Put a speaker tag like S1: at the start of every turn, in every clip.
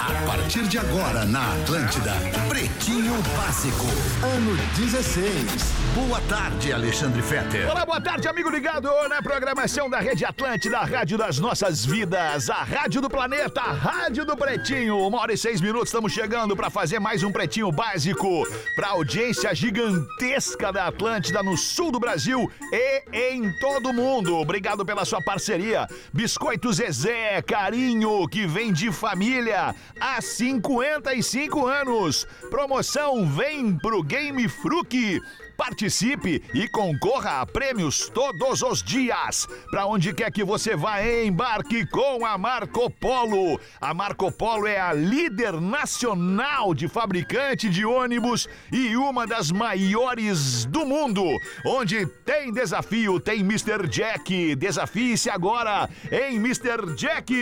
S1: A partir de agora na Atlântida, Pretinho Básico, ano 16. Boa tarde, Alexandre Fetter.
S2: Olá, boa tarde, amigo ligado na programação da Rede Atlântida, a rádio das nossas vidas, a rádio do planeta, a rádio do Pretinho. Uma hora e seis minutos, estamos chegando para fazer mais um Pretinho Básico para audiência gigantesca da Atlântida no sul do Brasil e em todo o mundo. Obrigado pela sua parceria. Biscoito Zezé, carinho que vem de família há 55 anos. Promoção Vem pro Game Fruque. Participe e concorra a prêmios todos os dias. Para onde quer que você vá, embarque com a Marco Polo. A Marco Polo é a líder nacional de fabricante de ônibus e uma das maiores do mundo. Onde tem desafio, tem Mr. Jack. Desafie-se agora em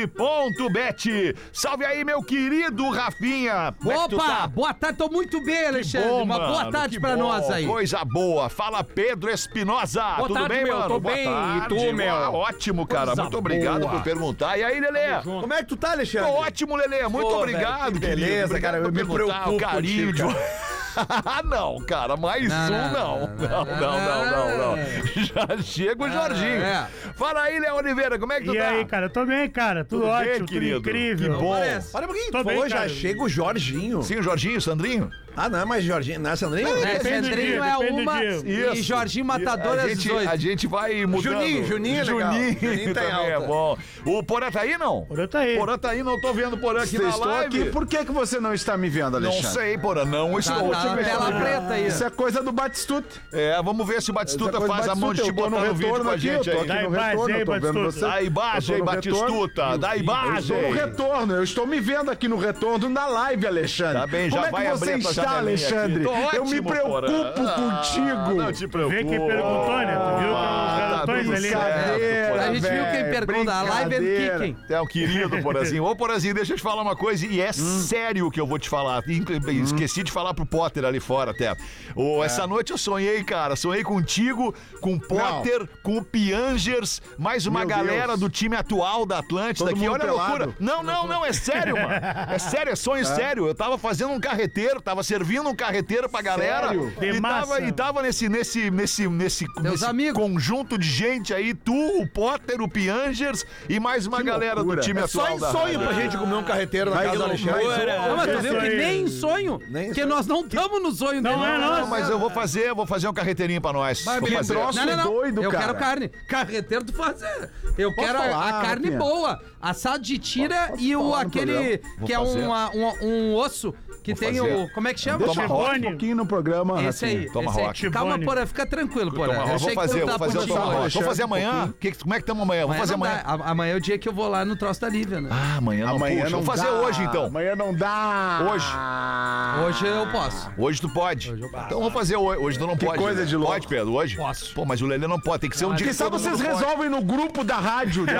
S2: mrjack.bet. Salve aí, meu querido Rafinha. Como é que tu
S3: Opa,
S2: tá?
S3: boa tarde, tô muito bem, Alexandre.
S2: Bom,
S3: Uma boa
S2: mano,
S3: tarde
S2: que
S3: pra
S2: bom,
S3: nós aí.
S2: Coisa boa. Fala Pedro Espinosa.
S4: Boa
S2: Tudo
S4: tarde,
S2: bem,
S4: meu?
S2: mano?
S4: Tô
S2: Boa
S4: bem. E
S2: tarde.
S4: tu, meu?
S2: Ó, ótimo, cara.
S4: Coisa
S2: Muito obrigado
S4: boa.
S2: por perguntar. E aí, Lelê?
S4: junto.
S5: Como é que tu tá,
S2: Tô
S5: Alexandre?
S2: ótimo, Lelê. Muito
S5: Pô,
S2: obrigado,
S5: velho, que
S2: querido.
S5: beleza,
S2: Obrigado
S5: cara, eu
S2: por
S5: me
S2: perguntar.
S5: preocupo
S2: O carinho de... um-
S5: contigo,
S2: Ah, não, cara, mais
S3: Não,
S2: um não. Não, não, não, não, não. Já chega o Jorginho.
S3: é.
S2: Fala aí, Léo Oliveira, como é que tu
S6: E
S2: tá?
S6: aí, cara, eu tô bem, cara. Tudo,
S2: Tudo bem,
S6: ótimo,
S2: querido?
S6: tudo incrível.
S2: Que bom.
S3: Parece.
S5: Olha um pouquinho,
S6: Tô
S5: tu
S6: bem,
S5: falou, já
S6: cara.
S5: chega o Jorginho.
S2: Sim, o Jorginho, o Sandrinho?
S5: Ah, não é mais Jorginho, não é Sandrinho?
S3: É,
S6: Depende do
S3: Sandrinho
S6: dia,
S3: é
S6: depende do
S3: uma
S6: dia.
S3: e
S2: Isso.
S3: Jorginho
S2: A
S3: Matador é às
S2: gente,
S3: 18.
S2: a gente vai mudando.
S5: Juninho, Juninho é legal.
S2: Juninho,
S5: Juninho tá em
S2: também é
S5: alta.
S2: bom. O Porã tá aí, não?
S6: Porã tá aí.
S2: Porã tá aí, não tô vendo o Porã aqui na
S7: Estou
S2: live.
S7: aqui. Por que, que você não está me vendo,
S2: Não
S7: Alexandre?
S2: sei, Porã, não
S3: Tá,
S2: estou
S3: tá
S2: te
S3: na
S2: vendo.
S3: tela preta aí.
S7: Isso é coisa do Batistuta.
S2: É, vamos ver se o Batistuta
S7: Essa coisa
S2: faz
S7: do
S2: a mão de te
S7: Batistuta, eu tô
S2: botar no vídeo
S7: retorno
S2: com a
S7: aqui,
S2: gente
S7: eu
S2: aí.
S7: tô aqui
S6: Dá
S7: no
S6: imagem
S7: retorno,
S6: aí,
S7: eu tô vendo
S6: Batistuta.
S7: você.
S2: Dá imagem,
S7: Eu tô no
S2: Batistuta,
S7: retorno.
S2: dá
S7: Eu estou no
S2: imagem.
S7: retorno, eu estou me vendo aqui no retorno na live, Alexandre.
S2: Tá bem, já
S7: Como é que
S2: vai abrir a tua
S7: você está,
S2: janelinha aqui.
S7: Alexandre?
S2: Tô
S7: eu me
S2: ótimo,
S7: preocupo
S2: Porã. Ah,
S7: contigo.
S2: Não te preocupa.
S6: Vê quem perguntou, né? Tu viu que
S2: Ah,
S6: os garotões
S2: tá
S6: ali,
S2: tudo
S6: né?
S2: certo, Porã.
S3: A gente viu quem
S7: velho,
S3: pergunta, a live é do
S7: brincadeira.
S3: Kicken.
S2: É o querido Porazinho. Ô, Porazinho, deixa eu te falar uma coisa, e é
S7: Hum.
S2: sério que eu vou te falar. Inclu- Esqueci de falar pro Potter ali fora até. Ô,
S7: É.
S2: Essa noite eu sonhei, cara. Sonhei contigo, com o Potter, com o Piangers, mais uma
S7: Meu
S2: galera
S7: Deus.
S2: do time atual da Atlântida,
S7: Todo
S2: que
S7: mundo
S2: olha a
S7: pelado.
S2: loucura. Não, não, não, é sério, mano. É sério, é sonho sério. Eu tava fazendo um carreteiro, tava servindo um carreteiro pra galera.
S7: Sério?
S2: E,
S6: De
S2: tava,
S6: massa.
S2: e tava nesse, nesse, nesse, nesse,
S3: Teus
S2: nesse
S3: amigos.
S2: conjunto de gente aí, tu, o Potter, o Piangers e mais uma galera do
S7: loucura.
S2: time
S5: É só
S2: atual
S5: em
S2: da
S5: sonho
S2: rádio. né?
S5: pra gente comer um carreteiro na
S7: Mas
S5: casa do
S7: eu-
S5: Alexandre.
S7: mas eu-
S3: Não, mas tu
S6: Isso
S3: viu que
S6: aí.
S3: nem em sonho,
S5: Nem em
S3: porque
S5: sonho.
S3: nós não estamos no sonho
S6: Não
S3: dele.
S6: é nosso.
S2: Mas eu vou fazer, eu vou fazer um carreteirinho pra nós.
S3: Vai,
S2: Vou
S3: me
S2: fazer.
S3: lembrou. Não, não, não.
S7: doido,
S3: eu
S7: cara.
S3: quero carne. Carreteiro tu faz. é. Eu quero a- a
S7: falar,
S3: carne
S7: Rafinha?
S3: boa. Assado de tira e o aquele
S2: Vou
S3: que é
S2: fazer.
S3: uma- uma- um osso que
S2: Vou
S3: tem
S2: fazer.
S3: o. Como é que chama?
S7: Deixa eu
S2: Toma
S7: falar um
S6: rock.
S7: pouquinho no programa,
S3: Esse aí.
S7: Rafinha.
S2: Toma
S3: esse aí.
S2: rock.
S3: Calma,
S6: Tibone.
S3: Porã, fica tranquilo, Porã.
S2: Toma,
S3: Eu
S2: eu vou
S3: sei que
S2: fazer,
S3: tu
S2: eu
S3: tá
S2: vou fazer o
S3: contigo.
S2: toma rock.
S3: Amanhã
S2: Vou fazer amanhã.
S7: pouquinho.
S2: Que, como é que estamos amanhã? Vou fazer
S3: não
S2: amanhã.
S3: dá. A- Amanhã é o dia que eu vou lá no troço da Lívia, né?
S2: Ah, amanhã não
S7: Amanhã
S2: puxa.
S7: não
S2: Vou fazer
S7: dá.
S2: hoje então.
S7: Amanhã não dá.
S2: Hoje. Ah.
S3: Hoje eu posso.
S2: Hoje tu pode. então vamos fazer hoje. Hoje tu não pode.
S7: coisa
S2: Lelê.
S7: de louco. Ah,
S2: Pode, Pedro, hoje? Posso. Pô, mas o Lelê não pode. Tem que ser um dia
S7: Quem
S2: que
S7: sabe
S2: todo
S7: vocês
S2: mundo pode.
S7: resolvem no grupo da rádio. né?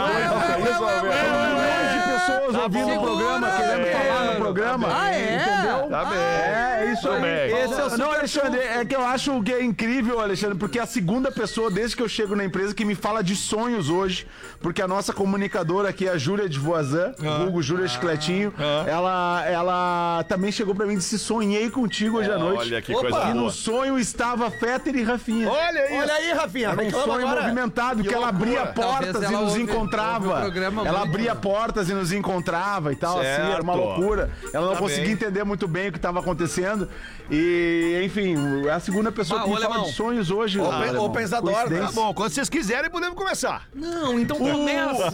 S7: milhões de pessoas
S2: Tá
S7: ouvindo
S2: bom.
S7: o programa,
S3: Segura,
S7: querendo
S2: Pedro.
S7: falar no programa.
S3: Ah, é?
S7: Entendeu?
S2: Tá bem.
S7: É, é isso
S2: Tá
S7: aí.
S2: bem.
S7: Esse é o
S3: Super
S7: Não, Alexandre, é que eu acho que é incrível, Alexandre, porque é a segunda pessoa desde que eu chego na empresa que me fala de sonhos hoje, porque a nossa comunicadora aqui, a Júlia de Voisin, vulgo Júlia Chicletinho,
S2: Ah.
S7: ela, ela também chegou pra mim e disse, sonhei contigo hoje à noite.
S2: Olha que
S7: Opa.
S2: coisa
S7: E
S2: boa.
S7: no sonho estava Fetter e Rafinha.
S2: Olha isso.
S5: Olha aí,
S3: É
S5: Rafinha,
S7: Era um
S5: reclama
S7: sonho
S5: agora.
S7: movimentado, que, ela
S2: loucura.
S7: abria portas
S3: Talvez
S7: e
S3: ela
S7: nos
S3: ouve- ouve o
S7: encontrava.
S3: programa
S7: Ela
S3: muito.
S7: abria portas e nos encontrava e tal, assim, era uma
S2: Certo.
S7: loucura. Ela não
S2: Tá
S7: conseguia
S2: bem.
S7: entender muito bem o que estava acontecendo. E, enfim, é a segunda pessoa
S3: Ah,
S7: que
S3: ô,
S7: me fala
S3: alemão.
S7: de sonhos hoje.
S5: Ô,
S7: Ah,
S5: pe- ô,
S7: alemão.
S5: pensador, né?
S2: Tá bom, quando você vocês quiserem, podemos começar.
S4: Não, então começa.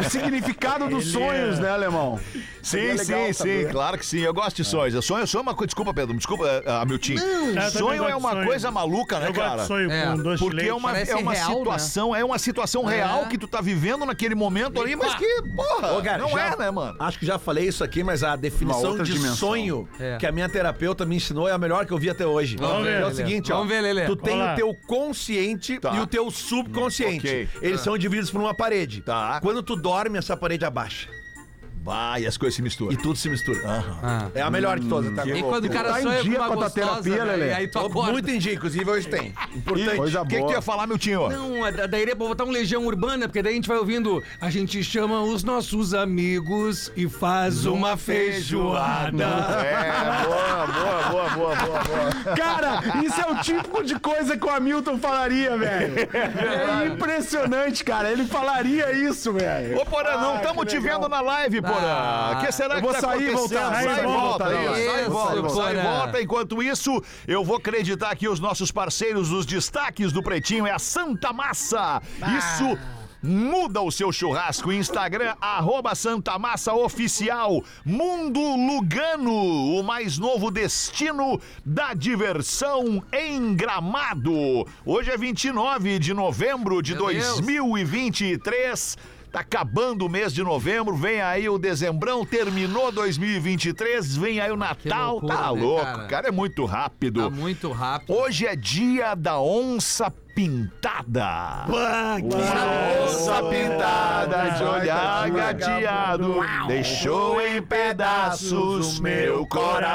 S7: O significado dos sonhos, né, alemão? é
S2: Sim,
S7: legal
S2: sim,
S7: saber.
S2: sim, claro que sim. Eu gosto de sonhos. Eu Sonho, sonho é uma coisa. Desculpa, Pedro, desculpa, ah, Amiltinho.
S6: Eu também
S2: Sonho
S6: gosto
S2: é
S6: de
S2: uma
S6: sonho.
S2: coisa maluca, né,
S6: Eu gosto
S2: cara?
S6: de sonho
S4: É,
S6: com dois
S2: Porque é
S6: leites.
S2: uma,
S4: Parece
S2: é uma
S4: real, né?
S2: situação, é uma situação real
S4: É.
S2: que tu tá vivendo naquele momento ali, mas que, porra,
S5: Ô, cara,
S2: não
S5: já-
S2: é, né, mano?
S5: Acho que já falei isso aqui, mas a
S7: Uma
S5: definição
S7: outra
S5: de
S7: dimensão.
S5: sonho
S4: É.
S5: que a minha terapeuta me ensinou é a melhor que eu vi até hoje.
S4: Vamos ver,
S5: é o
S4: Lelê.
S5: seguinte, ó.
S4: Vamos ver, Lelê.
S5: Tu tem
S6: Olá.
S5: o teu consciente
S2: Tá.
S5: e o teu subconsciente.
S2: Ok.
S5: Eles são divididos por uma parede.
S2: Tá.
S5: Quando tu dorme, essa parede abaixa.
S2: Vai, é as coisas se misturam.
S5: E tudo se mistura.
S4: Ah.
S5: É a melhor de todas, tá?
S4: E quando o cara
S7: Tá em
S4: sonha com
S7: dia
S4: uma
S7: com a tua
S4: gostosa,
S7: terapia,
S4: né?
S7: Lelê?
S4: E aí tu
S5: Tô
S4: acorda.
S5: Muito em dia, inclusive hoje tem. Importante.
S7: Coisa
S2: O que, que tu
S7: boa.
S2: ia falar, meu tio?
S4: Não, é da- daí eu vou botar um Legião Urbana, porque daí a gente vai ouvindo. A gente chama os nossos amigos e faz uma feijoada.
S2: É, boa, boa, boa, boa, boa, boa.
S7: Cara, isso é o típico de coisa que o Hamilton falaria, velho. É impressionante, cara. Ele falaria isso, velho.
S2: Ô, Porã,
S7: Ah,
S2: não estamos te vendo na live, Porã. O
S4: Ah,
S2: que será
S7: eu
S2: que
S7: vou
S2: tá
S7: sair e
S2: acontecendo?
S7: voltar.
S2: Sai e volta.
S7: Sai e
S2: isso, Sai e
S4: volta.
S2: volta. Sai e
S4: Porã.
S2: volta. Enquanto isso, eu vou acreditar aqui os nossos parceiros, os destaques do Pretinho é a Santa Massa. Isso... Muda o seu churrasco. Instagram, arroba Santa Massa Oficial. Mundo Lugano, o mais novo destino da diversão em Gramado. Hoje é 29 de novembro de
S4: Meu Deus.
S2: 2023. Tá acabando o mês de novembro, vem aí o dezembrão, terminou 2023, vem aí o Natal.
S4: loucura,
S2: tá
S4: né,
S2: louco, cara?
S4: cara?
S2: é muito rápido.
S4: Tá muito rápido.
S2: Hoje é dia da onça pintada. Onça pintada de olhar gateado deixou em pedaços meu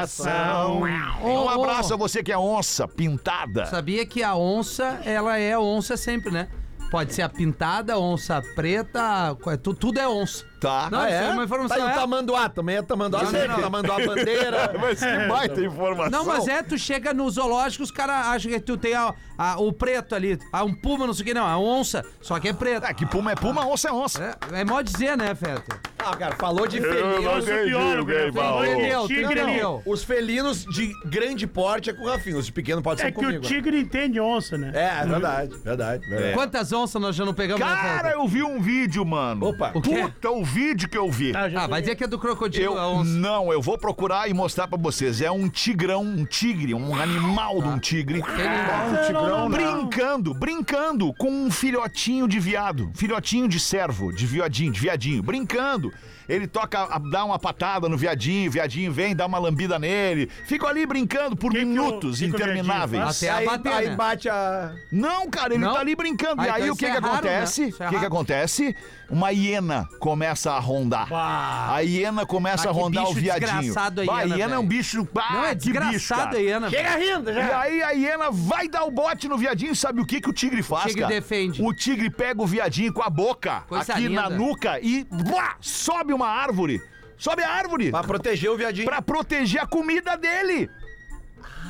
S2: coração. Um abraço a você que é onça pintada.
S4: Sabia que a onça, ela é onça sempre, né? Pode ser a pintada, a onça preta, co- tu- tudo é onça.
S2: Tá.
S4: Não,
S5: Ah,
S4: isso
S5: é?
S4: é uma informação.
S5: Tá, e o
S4: é.
S5: tamanduá também é tamanduá.
S4: Não, não,
S5: sempre,
S4: não.
S5: Tamanduá bandeira.
S2: Mas que baita informação.
S4: Não, mas é, tu chega no zoológico, os caras acham que tu tem a- a- o preto ali, ah, um puma, não sei o que, não, a onça, só que é preto.
S2: Ah, que puma é puma, onça é onça.
S4: É, é mó dizer, né, Feta?
S5: Ah, cara, falou de
S6: Mas
S5: felinos.
S6: o pior, Guilherme, falou de
S4: Entendeu,
S6: tigre,
S4: entendeu?
S5: Os felinos de grande porte é com o Rafinha. Os de pequeno pode ser
S6: É que
S5: comigo.
S6: o tigre entende onça, né?
S5: É, é verdade, verdade. verdade.
S4: Quantas onças nós já não pegamos né,
S2: É. Cara,
S4: Feta?
S2: eu vi um vídeo, mano.
S5: Opa.
S4: O quê?
S2: Puta, o vídeo que eu vi.
S6: já
S4: Ah, vai dizer que é do crocodilo, a
S2: Eu
S4: onça.
S2: não, eu vou procurar e mostrar pra vocês. É um tigrão, um tigre, um animal de um tigre.
S4: Ele-
S6: não, não, não.
S2: Brincando, brincando com um filhotinho de viado, filhotinho de servo, de viadinho, de viadinho, brincando. Ele toca, a- dá uma patada no viadinho, o viadinho vem, dá uma lambida nele. Fico ali brincando por
S6: Que que o-
S2: minutos
S6: que que o viadinho
S2: intermináveis.
S6: faz?
S4: Até a
S5: aí,
S4: bater,
S5: aí
S4: né?
S5: bate a.
S2: Não, cara, ele
S4: Não?
S2: tá ali brincando. e
S4: Ah,
S2: aí
S4: então
S2: o que que
S4: isso é raro, né?
S2: acontece?
S4: Isso é
S2: o que que
S4: raro.
S2: acontece? Uma hiena começa a rondar. A hiena começa
S4: Ah,
S2: a
S4: que
S2: rondar o
S4: bicho
S2: viadinho.
S4: desgraçado a
S2: Bah,
S4: hiena,
S2: é um
S4: velho.
S2: bicho. Ah,
S4: Não,
S2: que
S4: é
S2: bicho, cara.
S4: desgraçado né, a hiena. velho.
S5: rindo,
S2: E aí a hiena vai dar o bote no viadinho, sabe o que que o tigre faz,
S4: tigre
S2: cara?
S4: defende.
S2: O tigre pega o viadinho com a boca
S4: Coisa
S2: aqui na
S4: linda.
S2: nuca e buá, sobe uma árvore. Sobe a árvore
S5: Pra proteger o viadinho.
S2: pra proteger a comida dele.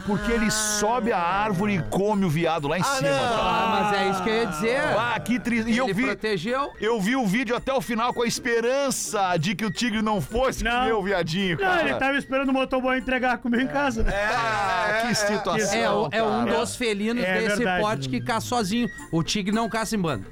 S2: Porque ele sobe a árvore e come o viado lá em cima. cara.
S4: Ah, mas é isso que eu ia dizer.
S2: Ah, que triste. E eu
S4: Ele
S2: vi,
S4: protegeu.
S2: eu vi o vídeo até o final com a esperança de que o tigre não fosse
S6: Não.
S2: comer o viadinho,
S6: Não,
S4: tá.
S2: cara.
S6: ele tá- tava esperando o motoboy entregar comigo em casa. né?
S2: Ah, que situação.
S4: É, o- é um
S2: cara.
S4: dos felinos
S6: É
S4: desse
S6: verdade.
S4: porte que caça sozinho. O tigre não caça em bando.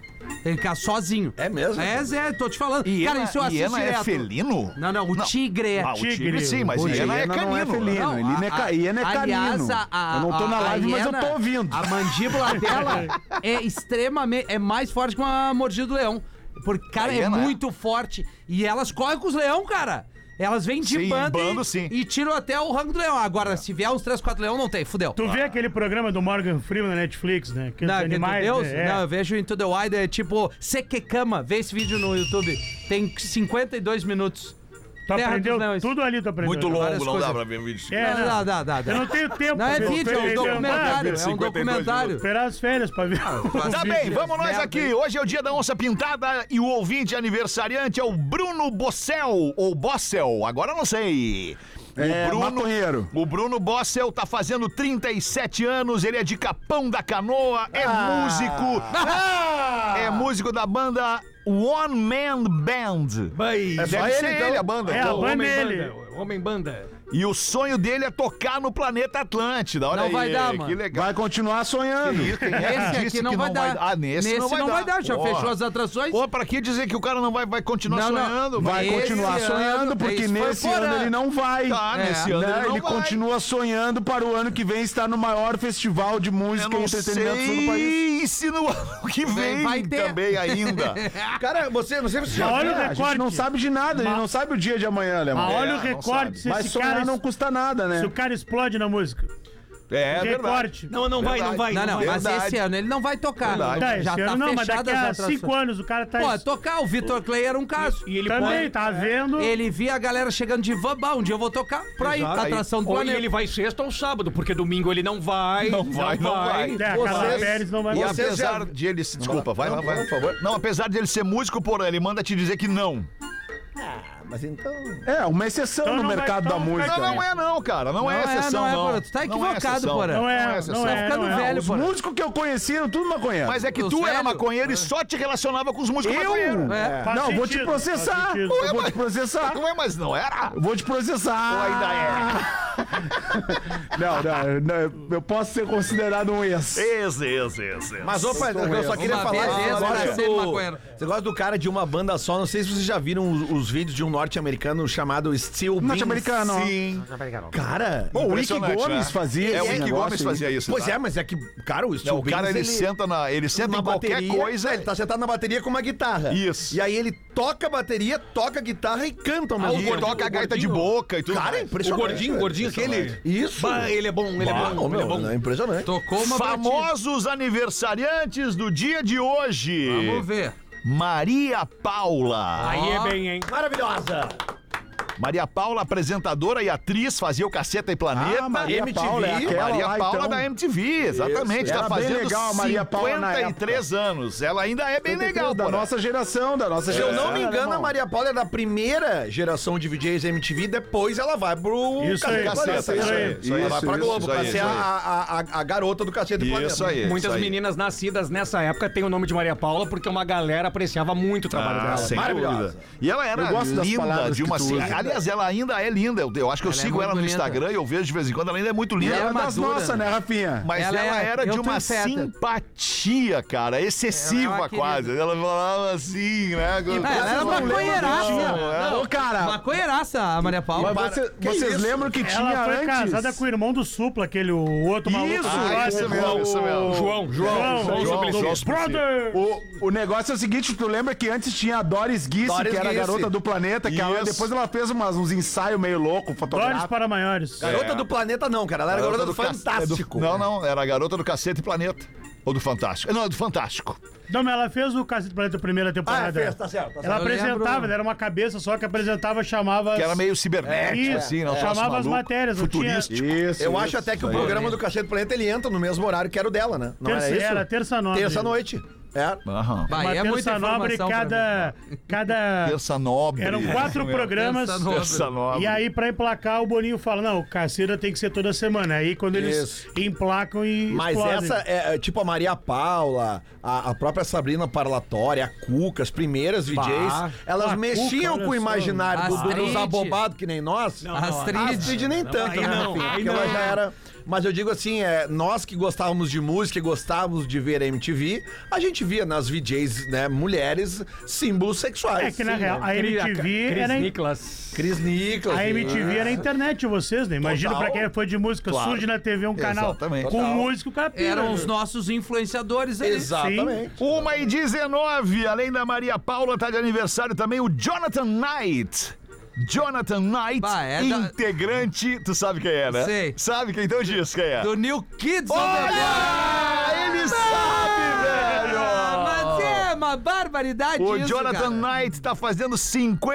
S4: Ele caça sozinho.
S5: É mesmo?
S4: É, Zé, tô te falando.
S2: Hiena-
S4: Cara, isso eu assisto
S2: hiena
S4: direto.
S2: é felino?
S4: Não, não, o tigre é.
S2: Ah, o tigre,
S6: Tigre.
S2: sim, mas
S7: O
S2: hiena, é
S7: hiena
S2: canino.
S7: não é felino.
S4: Não,
S7: ele não é
S4: a-
S7: ca- hiena é
S4: Aliás,
S7: canino.
S4: a, a-
S7: Eu não tô na
S4: a- a
S7: live, mas eu
S4: hiena,
S7: tô ouvindo.
S4: A mandíbula dela é extremamente. é mais forte que uma mordida do leão. Porque, cara,
S2: A
S4: é
S2: hiena é.
S4: muito forte. E elas correm com os leão, cara. Elas vêm de
S2: Sim, em
S4: bando,
S2: bando,
S4: e,
S2: sim.
S4: e tiram até o rango do leão. Agora, se vier uns 3, 4 leão, não tem, fudeu.
S6: Tu vê aquele programa do Morgan Freeman na Netflix, né? Que os
S4: Não,
S6: animais.
S4: Deus,
S6: né? É.
S4: não, eu vejo Into the Wild, é tipo Sequecama. Vê esse vídeo no YouTube. Tem 52 minutos.
S6: Tu
S4: Terra
S6: aprendeu
S4: dos leões.
S6: tudo ali, tu aprendeu.
S8: Muito
S4: várias
S8: longo, não
S4: coisas.
S8: dá pra ver vídeo.
S6: É,
S4: não,
S6: não.
S4: não, não, não, não.
S6: Eu não tenho tempo.
S4: Não é
S6: meu.
S4: vídeo, é um
S6: Eu tenho-
S4: documentário. É um
S8: 52
S4: documentário.
S6: Ah, Esperar as férias pra ver. os
S2: Tá
S6: vídeos.
S2: bem, vamos nós
S4: Merda,
S2: aqui.
S4: hein?
S2: Hoje é o dia da onça pintada e o ouvinte aniversariante é o Bruno Bossel, ou Bossel, agora eu não sei. O
S7: É, maconheiro.
S2: o Bruno Bossel tá fazendo 37 anos, ele é de Capão da Canoa,
S4: Ah.
S2: é músico, é músico da banda One Man Band.
S4: Vai.
S2: Deve ser ele, a banda.
S7: então?
S6: É a banda
S4: Homem
S6: dele.
S2: é
S4: banda. Homem banda.
S2: E o sonho dele é tocar no planeta Atlântida. Olha
S4: Não
S2: aí,
S4: vai dar,
S2: que
S4: mano.
S2: legal.
S7: Vai continuar sonhando.
S4: Esse aqui
S2: Disse
S4: não
S2: que
S4: vai dar.
S2: Ah, nesse, não vai dar.
S4: já
S2: Porra.
S4: fechou as atrações.
S2: Pô, pra que dizer que o cara não vai, vai continuar
S4: Não, não.
S2: sonhando?
S4: Vai
S7: Vai
S4: Esse
S7: continuar
S4: ano,
S7: sonhando, porque
S4: esse foi
S7: nesse
S4: fora.
S7: ano ele não vai.
S2: Tá,
S4: É.
S2: nesse
S7: Né?
S2: ano ele,
S7: Ele,
S2: não vai.
S7: continua sonhando para o ano que vem estar no maior festival de
S2: Eu
S7: música e
S2: não
S7: entretenimento do sul do país.
S2: sei se no ano que vem
S4: vai ter.
S2: também ainda.
S5: Cara, você, não sei se você já
S6: Olha
S5: viu,
S6: o
S7: A gente
S6: recorte.
S7: não sabe de nada, ele
S6: Mas-
S7: não sabe o dia de amanhã,
S6: Mas
S7: Alemão.
S6: Ah,
S7: É.
S6: olha o
S2: não
S6: recorte se
S7: Mas
S6: esse
S7: sonhar
S6: cara. Então
S7: não custa nada,
S6: Se o
S7: né?
S6: cara explode na música.
S2: É, verdade.
S6: recorte.
S3: Não, não vai, não vai.
S4: Não, não, mas
S2: é Verdade.
S4: esse ano ele não vai tocar.
S2: Verdade.
S6: Tá, esse
S4: já tá
S6: ano não, mas
S4: fechado
S6: daqui
S4: as
S6: a
S4: atrações.
S6: cinco anos o cara tá.
S4: Pô, tocar, o Vitor Clay era um caso.
S9: E ele
S6: também,
S9: pode...
S6: tá vendo?
S4: Ele via a galera chegando de van, bah, um dia eu vou tocar pra ir pra atração do
S3: Ou
S4: planeta.
S3: ele vai sexta ou sábado, porque domingo ele não vai.
S2: Não vai, não vai.
S6: É, a Carla Pérez não vai
S2: E
S6: mais.
S2: apesar de ele se. Desculpa, vai lá, vai, por favor. Não, apesar de ele ser músico, porém, ele manda te dizer que não.
S5: mas então...
S7: É, uma exceção
S6: Então
S7: no
S6: não vai-
S7: mercado
S6: então
S7: da
S6: não vai-
S7: música.
S2: Não, não
S7: né?
S2: é, não, cara. Não, é
S4: Não é,
S2: exceção,
S4: não é,
S2: não.
S4: Porã. Tu tá
S2: Não é
S4: equivocado,
S2: exceção.
S4: Porã.
S6: Não é,
S2: exceção.
S6: não é.
S4: Ficando
S6: não é.
S4: velho,
S7: Os
S4: pô.
S7: músicos que eu conhecia eram tudo maconheiro.
S2: Mas é que
S4: Os
S2: tu era
S4: velhos?
S2: maconheiro e só te relacionava com os músicos
S7: Eu?
S2: maconheiros.
S4: É.
S6: Faz
S7: Não, eu vou te
S6: sentido, faz
S7: processar.
S6: sentido.
S7: Eu vou te processar.
S2: Não é, mas não era.
S7: Eu Tá. Vou te processar.
S2: ainda é.
S7: Não, não, não, eu posso ser considerado um ex.
S2: Esse, esse, esse.
S5: Mas, opa, eu só queria
S4: Uma
S5: falar...
S4: vez
S5: esse
S4: pra
S5: negócio
S4: ser
S5: do-
S4: maconheiro.
S5: esse negócio do cara de uma banda só, não sei se vocês já viram os, os vídeos de um norte-americano chamado Steel Beans.
S7: Norte-americano.
S5: Sim. Cara...
S7: Bom, o Rick
S2: Impressionante,
S7: Gomes
S2: né?
S7: fazia
S2: É, o
S7: esse
S2: Rick
S7: negócio
S2: Gomes
S7: aí.
S2: fazia isso.
S5: Pois
S2: tá?
S5: é, mas é que, cara, o
S2: É,
S5: Steel
S2: o cara, ele,
S5: Beans,
S2: senta na... Ele senta
S5: Uma
S2: em qualquer
S5: bateria,
S2: coisa...
S5: Ele tá sentado na bateria com uma guitarra.
S2: Isso.
S5: E aí ele toca a bateria, toca a guitarra e canta ao mesmo
S2: Ele
S5: tempo.
S2: toca a gaita de
S3: gordinho-
S2: boca e tudo
S5: Cara, é
S2: mais.
S3: O
S5: impressionante.
S3: gordinho, o gordinho, aquele.
S5: Isso.
S3: Bah, ele é bom, ele
S5: Ah,
S3: é bom,
S5: meu,
S3: ele é bom.
S5: é impressionante.
S4: Tocou uma batida.
S2: Famosos aniversariantes do dia de hoje.
S4: Vamos ver.
S2: Maria Paula.
S9: Aí
S4: Ó.
S9: é bem, hein?
S5: Maravilhosa.
S7: Ah,
S2: Maria Paula, apresentadora e atriz, fazia o Caceta e Planeta.
S7: Ah, Maria
S2: MTV.
S7: Paula, é aquela
S2: Maria
S7: lá,
S2: Paula
S7: então.
S2: da MTV, exatamente.
S7: Era
S2: Tá
S7: bem
S2: fazendo
S7: legal a Maria Paula na
S2: 53 anos. Ela ainda é bem legal,
S7: né, da
S2: porra.
S7: nossa geração, da nossa
S5: Se eu
S7: geração.
S5: não me engano,
S7: alemão.
S5: a Maria Paula é da primeira geração de DJs MTV, depois ela vai pro
S6: Isso
S5: Cacete
S6: aí,
S5: do Planeta.
S6: isso
S2: aí, isso aí,
S5: ela vai pra
S2: isso,
S5: Globo,
S2: isso
S5: pra
S2: aí,
S5: ser
S2: isso
S5: a,
S2: aí.
S5: a, a- a garota do Cacete do Planeta.
S2: Isso aí.
S3: Muitas
S2: isso aí.
S3: meninas nascidas nessa época têm o nome de Maria Paula porque uma galera apreciava muito o trabalho
S2: Ah,
S3: dela.
S2: sem
S5: Maravilhosa.
S2: dúvida. E ela era
S7: Eu gosto das
S2: linda
S7: palavras
S2: de uma
S7: que tu usa.
S2: assim. Aliás, ela ainda é linda. Eu, eu acho que eu
S4: Ela é
S2: sigo
S4: muito
S2: ela no
S4: bonita.
S2: Instagram e eu vejo de vez em quando. Ela ainda é muito linda.
S4: E
S7: Era
S4: ela é
S7: das
S4: madura,
S7: nossas, né, Rafinha?
S2: Mas ela,
S4: Ela é-
S2: era
S4: eu
S2: de
S4: tô
S2: uma
S4: em feta.
S2: simpatia, cara, excessiva
S4: Ela é uma
S2: quase. Ela falava assim, né?
S4: Ah, ela era
S2: é.
S4: maconheiraça.
S7: Ô, cara,
S4: Maconheiraça, a Maria Paula.
S7: mas você-
S5: Que
S7: vocês
S5: isso?
S7: lembram que tinha
S6: Ela foi
S7: antes?
S6: casada com o irmão do Supla, aquele o outro maluco.
S7: Isso,
S6: do
S2: Ah, isso
S6: Supla.
S2: mesmo, isso mesmo.
S3: João, João,
S6: João,
S3: João,
S6: João,
S3: Suplicy.
S6: João Brother!
S7: O, o negócio é o seguinte, tu lembra que antes tinha a Doris Guisse,
S5: Doris
S7: que era
S5: Guisse.
S7: a garota do planeta, que ela-
S2: Isso.
S7: depois ela fez umas- uns ensaios meio louco,
S6: Dores
S7: fotográfico.
S6: para maiores.
S5: Garota do Planeta não, cara. Ela era garota, do Fantástico.
S2: é Não, não, era a garota do Cacete e Planeta. Ou do Fantástico. Não, é do Fantástico.
S6: Não, mas ela fez o Cacete do Planeta primeira temporada.
S5: Ah, fez, tá certo. Tá certo.
S6: Ela
S4: Eu
S6: apresentava,
S4: lembro.
S6: ela era uma cabeça só que apresentava, chamava.
S2: Que era
S6: as-
S2: meio cibernético,
S6: Isso,
S2: assim,
S6: é.
S2: não um troço
S6: Chamava as
S2: maluco,
S6: matérias, não tinha-
S2: Futurístico.
S7: Isso,
S5: Eu
S7: isso.
S5: acho até que o
S7: Isso aí.
S5: programa do Cacete do Planeta ele entra no mesmo horário que era o dela, né? Não
S6: Terça,
S5: era isso?
S6: era terça-nobre.
S5: Terça-noite. É.
S2: Aham.
S4: Bah,
S6: Uma
S4: é muita
S6: terça-nobre
S4: informação.
S6: cada. cada...
S2: Terça nobre.
S6: Eram quatro programas.
S4: Terça nobre.
S2: Terça nobre.
S6: E aí, pra emplacar, o Boninho fala: não, o Caceta tem que ser toda semana. Aí, quando eles
S5: Isso.
S6: emplacam e.
S5: Mas
S6: explodem.
S5: essa é, é, tipo a Maria Paula, a, a própria Sabrina Parlatória, a Cuca, as primeiras VJs, elas
S6: a Cuca,
S5: mexiam
S6: olha
S5: com o
S6: só.
S5: imaginário do, do,
S4: Astrid.
S5: dos abobados que nem nós.
S4: Não, não, Astrid.
S5: A Astrid nem tanto, né?
S3: não,
S5: Rafinha?
S3: aí
S5: Porque ela
S3: não.
S5: já era. Mas eu digo assim, é, nós que gostávamos de música e gostávamos de ver a MTV, a gente via nas VJs, né, mulheres, símbolos sexuais.
S6: É que na
S5: Sim,
S6: real,
S5: né?
S6: a MTV
S3: Chris
S2: né?
S6: era.
S3: Nicholas.
S5: Cris Nicolas.
S6: A
S5: né?
S6: MTV era a internet, vocês, né? Imagina
S5: Total.
S6: pra quem foi de música,
S5: Claro.
S6: surge na TV um canal
S2: Exatamente.
S6: com
S5: Total.
S6: música, o cara pira.
S4: Eram os nossos influenciadores aí.
S5: Exatamente.
S2: Uma e 19, além da Maria Paula, tá de aniversário também o Jonathan Knight. Jonathan Knight,
S4: Bah, é da-
S2: integrante. Tu sabe quem é, né?
S4: Sei.
S2: Sabe quem? Então diz quem é.
S4: Do New Kids on the
S2: Olha! Ele sabe, velho!
S4: Mas é uma barbaridade
S2: O
S4: isso,
S2: Jonathan
S4: cara.
S2: Knight tá fazendo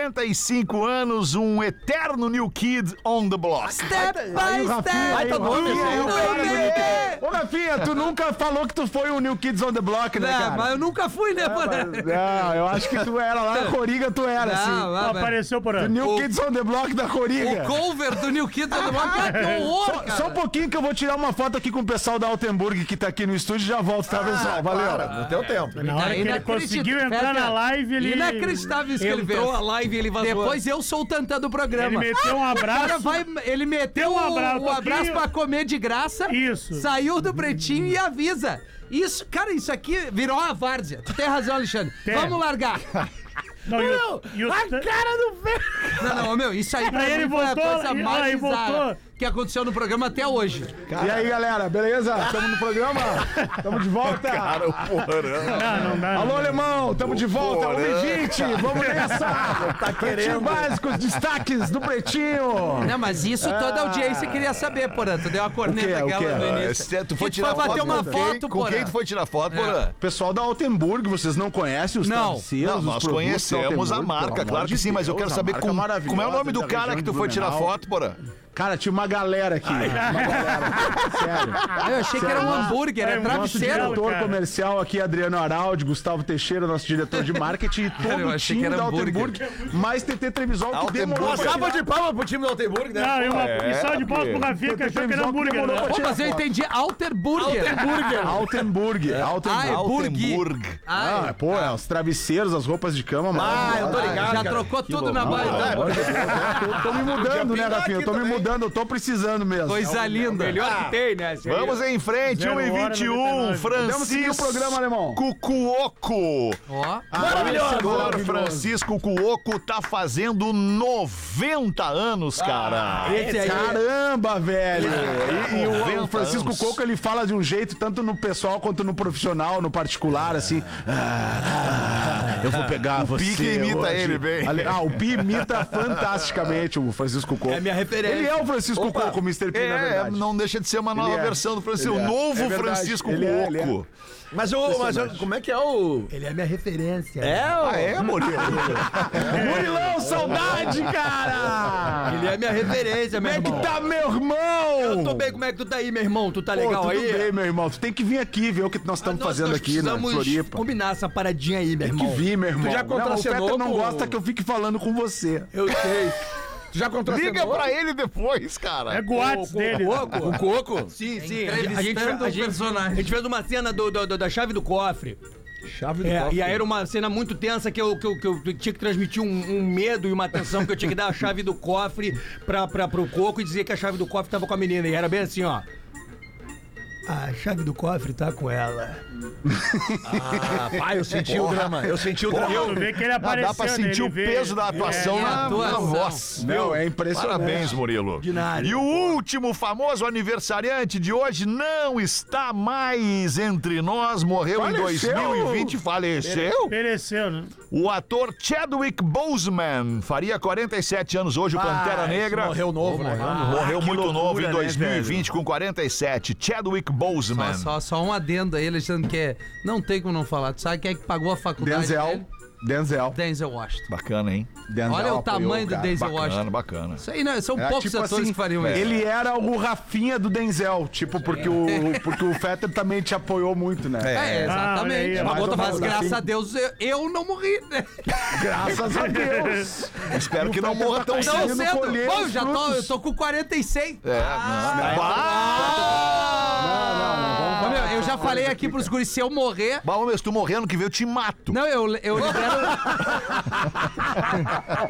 S2: 55 anos, um eterno new kid on the block.
S4: Step by step.
S7: Aí, o Rafinha, aí, o cara
S4: Não, é,
S7: do
S4: não,
S7: New Kids. Ô, Rafinha, tu nunca falou que tu foi o New Kids on the Block, né,
S4: Não,
S7: cara? É,
S4: mas eu nunca fui, né,
S7: Mas-
S4: mano?
S7: Não, eu acho que tu era lá, a Coriga tu era, assim.
S4: Não, mas-
S6: Apareceu por
S7: O
S6: ano.
S7: New Kids on the Block da Coriga.
S4: O cover do New Kids on the Block é que horror,
S7: é. Só,
S4: cara.
S7: só um pouquinho que eu vou tirar uma foto aqui com o pessoal da Altenburg que tá aqui no estúdio já volto, tá, pessoal? Valeu.
S5: Cara, no teu tempo.
S6: Na hora
S4: É
S6: que ele
S4: inacreditável.
S6: conseguiu entrar na live, ele.
S4: Inacreditável isso que ele fez.
S3: Entrou a live e ele vazou.
S4: Depois eu sou o tantã do programa.
S6: Ele meteu um
S4: O cara
S6: abraço.
S4: vai, ele meteu
S6: Deu
S4: o
S6: um abraço,
S4: o abraço
S6: Toquinho.
S4: pra comer de graça.
S6: Isso.
S4: Saiu do pretinho e avisa. Isso, cara, isso aqui virou uma várzea. Tu tem razão, Alexandre.
S6: Tem.
S4: Vamos largar.
S6: Não, e o-
S4: Meu,
S6: e o
S4: a
S6: tan-
S4: cara do velho. Não, não, meu, isso aí pra
S6: Aí
S4: mim
S6: ele
S4: foi a
S6: voltou,
S4: coisa
S6: e-
S4: mais
S6: aí
S4: bizarra
S6: voltou.
S4: que aconteceu no programa até hoje.
S7: E aí, galera, beleza? Tamo no programa? Tamo de volta?
S2: Cara, o porão.
S6: Não, não dá.
S7: Alô, alemão, tamo de volta,
S2: Porã.
S7: 1h20, vamos nessa! Tá querendo. básicos, destaques do Pretinho!
S4: Não, Né, mas isso toda audiência queria saber, Porã. Tu deu uma
S7: O
S4: corneta
S7: quê? O
S4: aquela
S7: quê?
S4: no início.
S2: Esse- Ah, Tu
S4: Que tu foi bater uma
S2: com quem?
S4: foto,
S2: Com
S4: Porã.
S2: quem tu foi tirar foto, Porã?
S7: Pessoal da Altenburg, vocês não conhecem os
S4: Não.
S7: travesseiros,
S2: Não,
S7: É. os
S2: nós
S7: produtos da
S2: conhecemos a
S7: Altenburg,
S2: marca,
S7: pelo
S2: claro
S7: amor
S2: que
S7: de
S2: sim, mas eu
S7: Deus,
S2: quero
S7: a
S2: saber
S7: marca
S2: com-
S7: maravilhosa
S2: como é o nome do
S7: da
S2: cara
S7: região
S2: que
S7: de
S2: tu foi tirar
S7: Blumenau.
S2: foto, Porã.
S7: Cara, tinha uma galera aqui. Uma galera. Sério.
S4: Eu achei que era um hambúrguer,
S6: É,
S4: é
S6: um nosso
S4: travesseiro.
S6: diretor.
S7: Diretor
S6: cara.
S7: comercial aqui, Adriano Araldi, Gustavo Teixeira, nosso diretor de marketing e todo
S4: eu
S7: o
S4: achei
S7: time
S4: que era
S7: da Altenburg,
S4: hambúrguer.
S7: mais TT Trevisol, que
S2: Altenburg.
S7: demorou
S5: Uma
S7: pra
S5: salva de palmas pro time do Altenburg, né?
S6: Não, e uma
S2: É,
S6: e só de bola
S2: porque-
S6: pro Rafinha que achou que era
S7: Televisão que
S6: hambúrguer.
S7: demorou
S6: né?
S7: pra
S4: Pô,
S7: tirar
S4: mas eu
S7: foto.
S4: entendi. Alterburger.
S7: Altenburg. Altenburg.
S4: Ah, é burgui.
S2: Altenburg.
S4: Ah,
S7: Ah, pô, é, os travesseiros, as roupas de cama, mano.
S5: Ah, eu tô ligado.
S4: já
S5: cara.
S4: trocou
S5: Que
S4: tudo
S5: loucura.
S4: na
S5: Ah,
S4: barra.
S7: tô, tô me mudando, né,
S5: Podia
S7: Rafinha? Eu tô me
S5: pingar aqui
S7: mudando, eu tô precisando mesmo.
S4: Coisa linda.
S5: Melhor que
S4: tem, né?
S2: Ah, Vamos em frente,
S6: Zero hora,
S2: 1h21,
S6: 99.
S7: Podemos seguir
S2: Francisco
S7: o programa, alemão.
S2: Cucuoco.
S4: Ó,
S7: Maravilhoso.
S2: Agora,
S7: Maravilhoso.
S2: Francisco Cuoco tá fazendo 90 anos,
S7: Ah,
S2: cara.
S4: esse aí.
S7: Caramba, velho!
S2: É.
S7: E, e o
S2: 90
S7: Francisco
S2: anos.
S7: Coco ele fala de um jeito, tanto no pessoal quanto no profissional, no particular, assim. "Ah, ah, eu vou pegar você.
S2: Pi que imita
S7: hoje."
S2: ele bem.
S7: Ali- Ah, o Pi imita fantasticamente o Francisco Coco. É minha referência. Ele é o Francisco Coco, o Mr. P, na
S2: É,
S7: verdade.
S2: não deixa de ser uma nova
S7: é.
S2: versão do Francisco,
S7: Ele
S2: o
S7: é.
S2: novo
S7: É verdade.
S2: Francisco
S7: Ele é, ele é.
S2: Cuoco.
S5: Mas, o, mas o- como é que é o.
S4: Ele é minha referência.
S5: É, o...
S2: Ah, é, Murilo?
S7: Murilão, saudade, cara!
S4: Ele é minha referência, meu
S7: Como é
S4: irmão.
S7: que tá, meu irmão?
S4: Eu tô bem, como é que tu tá aí, meu irmão? Tu tá
S7: Pô,
S4: legal
S7: tudo
S4: aí? Ah,
S7: bem, meu irmão. Tu tem que vir aqui ver o que nós
S4: Nós-
S7: estamos
S4: nós
S7: fazendo aqui na
S4: precisamos
S7: Floripa.
S4: combinar essa paradinha aí, meu
S7: Tem que
S4: irmão.
S7: vir, meu irmão.
S5: Tu já
S7: não, o
S5: contracenou
S7: Peter não
S5: com-
S7: gosta que eu fique falando com você.
S5: Eu sei. Tu já
S2: um
S5: contracenou?
S2: Liga pra ele depois,
S6: É
S2: cara.
S6: Guates dele.
S5: O coco?
S3: Sim, sim. A gente, a, gente,
S4: Entrevistando
S3: a,
S4: o
S3: gente,
S4: personagem.
S3: a gente fez uma cena do- do- do- da chave do cofre.
S5: Chave do
S3: É,
S5: copo.
S3: e aí era uma cena muito tensa que eu, que eu, que eu tinha que transmitir um, um medo e uma atenção que eu tinha que dar a chave do cofre pra, pra, pro coco e dizer que a chave do cofre tava com a menina. E era bem assim, ó. A chave do cofre tá com ela.
S5: Ah, eu senti o drama. Eu senti o drama.
S6: Tu vê que ele
S2: Ah,
S6: apareceu,
S2: dá pra
S6: né?
S2: sentir
S6: Ele
S2: o
S6: vê-
S2: peso da
S6: É, Né?
S2: atuação
S4: é,
S2: na, na
S4: atuação.
S2: voz.
S7: Não, é impressionante.
S2: Parabéns, Murilo.
S3: De nada.
S2: E o último famoso aniversariante de hoje não está mais entre nós, morreu
S7: Faleceu.
S2: em 2020, faleceu.
S6: Pereceu, né?
S2: O ator Chadwick Boseman faria 47 anos hoje, o Pantera Negra.
S5: Ah, Morreu novo, né?
S4: Ah,
S2: Morreu muito novo em
S7: né,
S2: 2020 com 47. Chadwick Boseman.
S4: Só, só, só um adendo aí, Alexandre, que é, não tem como não falar. Tu sabe quem é que pagou a faculdade
S7: Denzel.
S4: dele?
S7: Denzel.
S4: Denzel Washington.
S2: Bacana, hein?
S7: Denzel
S4: Olha o
S7: apoiou,
S4: tamanho do
S7: cara.
S4: Denzel Washington.
S2: Bacana, bacana.
S4: Isso aí, não, são
S7: Era
S4: poucos
S7: tipo
S4: atores
S7: assim,
S4: que fariam isso.
S7: Ele era o Rafinha do Denzel, tipo, porque o, porque o Fetter também te apoiou muito, né?
S4: É,
S6: Ah,
S4: exatamente.
S6: olha aí,
S4: Mas
S7: mais ou
S4: outra faz,
S7: menos
S4: graças
S7: assim.
S4: a Deus, eu, eu não morri, né?
S7: Graças a Deus.
S2: Espero que não
S7: Fetter
S2: morra
S7: tá
S2: tão
S7: caindo.
S2: cedo.
S4: Não
S7: Conseguindo
S4: cedo.
S7: colher
S4: Bom,
S7: os
S4: já tô,
S7: frutos.
S4: eu tô com 46.
S2: É, não, não. Bah!
S4: Ô, meu, eu já falei aqui pros guris, se eu morrer...
S2: Bah, meu, se tu morrer ano que vem, eu te mato.
S4: Não, eu, eu libero...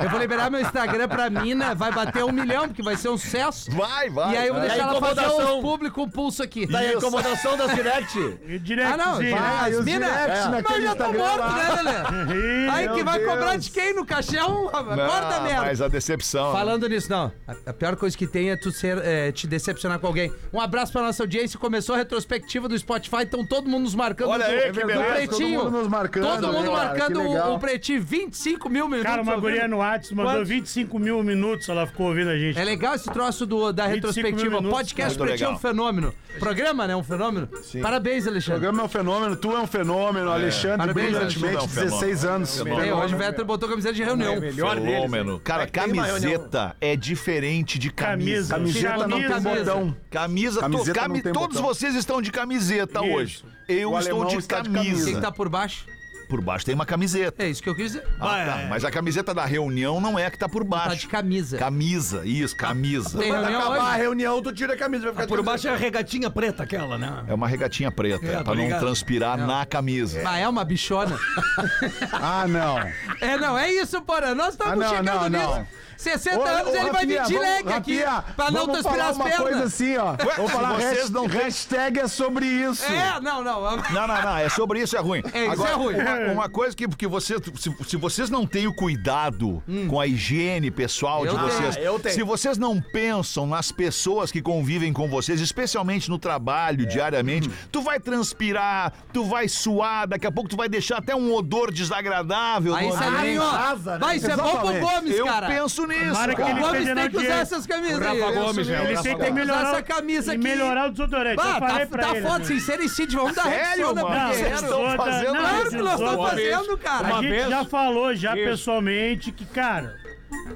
S4: eu vou liberar meu Instagram pra mina, vai bater um milhão, porque vai ser um sucesso.
S2: Vai, vai.
S4: E aí eu vou
S2: vai.
S4: deixar
S5: E a
S4: ela fazer o
S5: incomodação?
S4: público um pulso aqui.
S5: Tá aí a incomodação das direct.
S6: E né?
S4: Ah, não,
S6: Directzinho.
S4: vai,
S7: né? e
S4: as
S7: os
S4: mina...
S7: directs
S4: Mas eu
S7: naquele
S4: já tô
S7: Instagram
S4: morto,
S7: lá.
S4: né, Lelê?
S6: Ih,
S4: Aí que
S7: meu
S4: vai
S7: Deus.
S4: cobrar de quem no É caixão?
S2: Não,
S4: Acorda, merda.
S2: Ah, Mas a decepção. né?
S4: Falando nisso, não. A- A pior coisa que tem é tu ser, é, te decepcionar com alguém. Um abraço pra nossa audiência. Começou a retrospectiva do Spotify, então todo mundo nos marcando.
S2: Olha
S4: do,
S2: aí, que
S4: do
S2: beleza,
S4: pretinho.
S7: todo mundo nos marcando,
S4: Todo mundo
S7: né, cara?
S4: marcando
S7: Que legal.
S4: o, o pretinho. 25 mil minutos.
S6: Cara, uma
S4: ouvindo.
S6: guria no WhatsApp mandou
S4: Quanto?
S6: 25 mil minutos, ela ficou ouvindo a gente.
S4: É legal esse troço do, da
S6: 25 mil
S4: retrospectiva.
S6: minutos,
S4: Podcast
S2: muito
S4: Pretinho é um
S2: legal.
S4: fenômeno. Programa, né? Um fenômeno. Parabéns,
S7: O
S4: Alexandre.
S7: programa é um fenômeno, tu é um fenômeno, Alexandre,
S4: Parabéns,
S7: brilhantemente,
S2: Alexandre.
S7: 16
S2: Fenômeno.
S7: anos.
S4: É,
S7: Fenômeno. é
S4: hoje o Vettel botou camisa de reunião.
S2: Fenômeno. Cara,
S5: tem uma
S2: camiseta é diferente de camisa.
S6: Camisa.
S7: Camiseta não tem
S4: Camisa.
S7: botão.
S2: Camisa,
S7: Camiseta
S2: tô,
S7: não
S2: cami-
S7: tem
S2: todos
S7: botão.
S2: vocês estão de camiseta
S6: Isso.
S2: hoje. Eu
S7: O
S2: estou
S7: alemão
S2: de
S7: está de
S2: camisa.
S4: Quem que tá por baixo?
S2: Por baixo tem uma camiseta.
S4: É isso que eu quis dizer.
S2: Ah, tá. Mas a camiseta da reunião não é a que tá por baixo.
S4: Tá de camisa.
S2: Camisa, isso, camisa.
S4: Tem
S5: Quando
S4: reunião
S5: acabar a
S4: hoje?
S5: reunião, tu tira a camisa, vai ficar de
S3: Por
S5: camisa.
S3: baixo é a regatinha preta aquela, né?
S2: É uma regatinha preta,
S3: É,
S2: pra
S3: tô
S2: não
S3: ligado.
S2: transpirar na camisa.
S4: Ah, é uma bichona.
S7: Ah, não.
S4: é, não, é isso, Porã. Nós estamos
S7: Ah, não, não,
S4: chegando nisso.
S7: não.
S4: 60
S7: Ô,
S4: anos
S7: ô,
S4: Então ele vai vir
S7: Rafinha,
S4: de
S7: vamos-
S4: leg aqui.
S7: Rafinha,
S4: Pra não
S7: vamos
S4: transpirar
S7: falar
S4: as
S7: uma coisa
S4: pernas.
S7: assim, ó. Vou
S2: se
S7: falar
S2: vocês
S7: hashtag,
S2: não têm-
S7: hashtag é sobre isso.
S4: É, não, não.
S2: Não, não, não. É sobre isso, é ruim.
S4: É, isso é ruim.
S2: Uma, uma coisa que, que você, se, se vocês não têm o cuidado com a higiene pessoal
S4: Hum. Eu
S2: de
S4: tenho.
S2: vocês,
S5: Ah, eu tenho.
S2: se vocês não pensam nas pessoas que convivem com vocês, especialmente no
S4: É.
S2: trabalho, diariamente,
S4: Hum.
S2: tu vai transpirar, tu vai suar, daqui a pouco tu vai deixar até um odor desagradável.
S4: Aí
S2: no
S4: isso é
S2: ambiente.
S4: bem, ó.
S7: casa, né?
S4: Vai, isso é bom pro
S7: Exatamente.
S4: Gomes,
S2: Eu
S4: cara.
S2: penso nisso.
S6: Tomara que
S2: cara.
S4: O
S6: ele-
S4: Gomes
S6: Perdendo
S4: tem
S6: a
S4: que usar
S6: dieta.
S4: essas camisas aí.
S3: Rafa Gomes, né?
S6: Ele
S3: Rafa
S6: tem que
S3: Gomes.
S6: melhorar,
S4: Usar
S6: o-
S4: essa camisa
S6: e
S4: aqui.
S6: melhorar o desodorante. eu
S4: Bah,
S6: falei
S4: tá,
S6: pra
S4: tá
S6: ele.
S4: foda,
S6: né?
S4: sincericídio. Vamos dar
S2: Sério,
S4: Rexona
S2: mano?
S4: pro
S6: Não,
S2: Vocês
S4: Guerreiro.
S2: estão
S6: toda-
S2: fazendo
S6: não,
S4: Claro que nós
S6: Uma
S4: estamos
S6: vez-
S4: fazendo, cara.
S6: A gente
S3: vez-
S6: já falou, já
S3: Isso.
S6: pessoalmente, que, cara,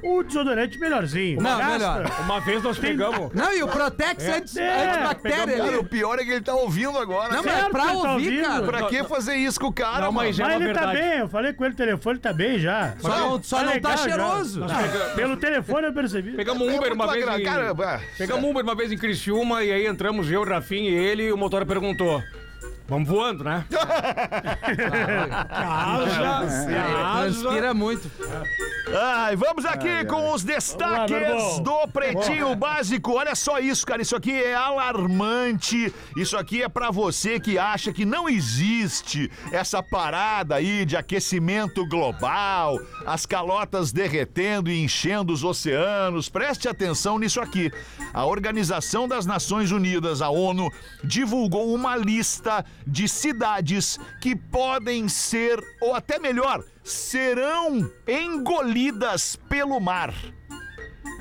S6: o desodorante é melhorzinho.
S4: Não,
S6: Gasta.
S4: melhor.
S3: Uma vez nós pegamos.
S4: Não, e o Protex antes,
S6: É,
S4: antibactéria
S2: Cara, o
S4: ali.
S2: pior é que ele tá ouvindo agora.
S4: Não,
S2: cara.
S4: mas é
S6: Certo,
S4: pra
S6: ele tá
S4: ouvir,
S6: ouvindo.
S4: cara.
S2: Pra que fazer isso com o cara?
S3: Não, mas
S2: mano?
S3: é
S6: Mas
S3: uma
S6: ele tá
S3: verdade.
S6: bem, eu falei com ele no telefone, tá bem já.
S4: Só não- só não tá
S6: legal já.
S4: cheiroso.
S6: Nós pegamos- Pelo telefone eu percebi.
S3: Pegamos
S2: É
S3: um Uber uma
S2: muito
S3: vez
S2: agra-
S3: em...
S2: cara, é.
S3: Pegamos um Uber uma vez em Criciúma e aí entramos eu, Rafinha e ele e o motor perguntou... Vamos voando, né?
S4: Transpira muito.
S2: Ai, vamos aqui com os
S6: Vamos lá, meu
S2: destaques
S6: irmão.
S2: do Pretinho Básico. Olha só isso, cara. Isso aqui é alarmante. Isso aqui é pra você que acha que não existe essa parada aí de aquecimento global, as calotas derretendo e enchendo os oceanos. Preste atenção nisso aqui. A Organização das Nações Unidas, a ONU, divulgou uma lista de cidades que podem ser, ou até melhor, serão engolidas pelo mar.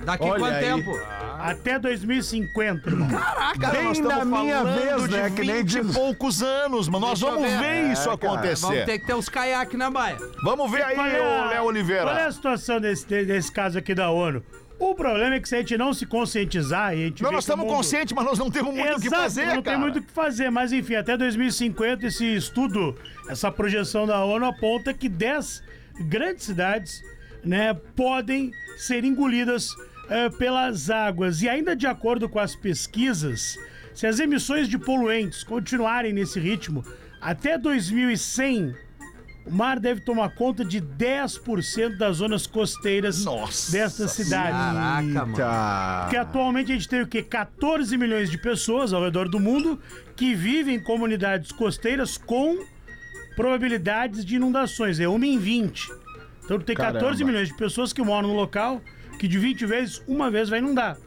S4: Daqui
S7: Olha
S4: quanto
S7: aí.
S4: tempo?
S6: Até 2050, irmão.
S2: Cara,
S7: Bem
S2: nós
S7: na
S2: estamos
S7: minha
S2: falando
S7: vez,
S2: de
S7: né, que nem
S2: 20 e
S7: diz.
S2: poucos anos, mas nós
S4: Deixa eu
S2: vamos
S4: ver.
S2: ver isso
S7: É, cara,
S4: Vamos
S2: acontecer.
S4: ter que ter uns caiaques na baia.
S2: Vamos ver aí,
S6: Qual é a-
S2: ô Léo Oliveira.
S6: Qual é a situação desse, desse caso aqui da ONU? O problema é que se a gente não se conscientizar e a gente.
S2: Não,
S6: vê
S2: nós
S6: que o
S2: estamos
S6: mundo-
S2: conscientes, mas nós não temos muito o
S6: Exato,
S2: que fazer, cara.
S6: não tem muito o que fazer, mas enfim, até 2050 esse estudo, essa projeção da ONU aponta que 10 grandes cidades, né, podem ser engolidas eh, pelas águas. E ainda de acordo com as pesquisas, se as emissões de poluentes continuarem nesse ritmo, até 2100 o mar deve tomar conta de 10% das zonas costeiras
S2: Nossa
S6: dessas cidades.
S4: Caraca, mano.
S7: Tá.
S6: Porque atualmente a gente tem o quê? 14 milhões de pessoas ao redor do mundo que vivem em comunidades costeiras com probabilidades de inundações. É uma em 20. Então tu tem
S7: Caramba.
S6: 14 milhões de pessoas que moram no local que de 20 vezes, uma vez vai inundar.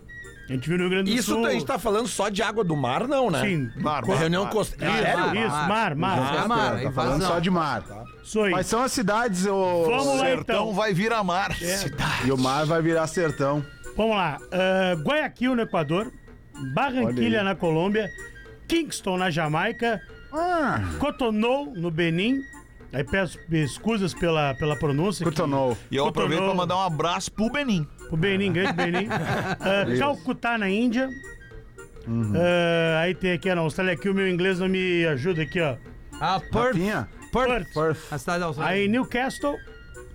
S6: A gente viu no Rio Grande do
S5: Isso
S6: Sul.
S5: a gente tá falando só de água do mar, não, né?
S6: Sim.
S2: Mar,
S5: Com a
S2: mar,
S5: reunião
S2: mar.
S5: costeira.
S4: Isso,
S5: Sério?
S6: Isso, mar, Uhum. mar.
S4: É mar,
S7: tá
S4: invasão.
S7: falando só de mar. tá?
S6: Isso aí.
S7: Mas são as cidades, o...
S6: Vamos lá
S2: Sertão
S6: então.
S2: vai virar mar.
S7: e o mar vai virar sertão.
S6: Vamos lá. Ah, Guayaquil no Equador,
S7: Olha
S6: Barranquilha
S7: aí.
S6: na Colômbia, Kingston na Jamaica,
S7: Ah,
S6: Cotonou no Benin. Aí peço escusas pela, pela pronúncia. que-
S7: Cotonou.
S2: E eu aproveito
S6: Cotonou.
S2: pra mandar um abraço pro Benin.
S6: O Benin, grande Benin. Ah, Calcutá na Índia. Ah, aí tem aqui, ó, não, Austrália aqui, o meu inglês não me ajuda aqui, ó.
S4: Ah, Perth.
S7: Rafinha?
S4: Perth.
S7: Perth.
S4: A cidade da Austrália.
S6: Aí Newcastle,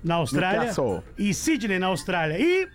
S6: na Austrália.
S7: Newcastle.
S6: E Sydney, na Austrália. E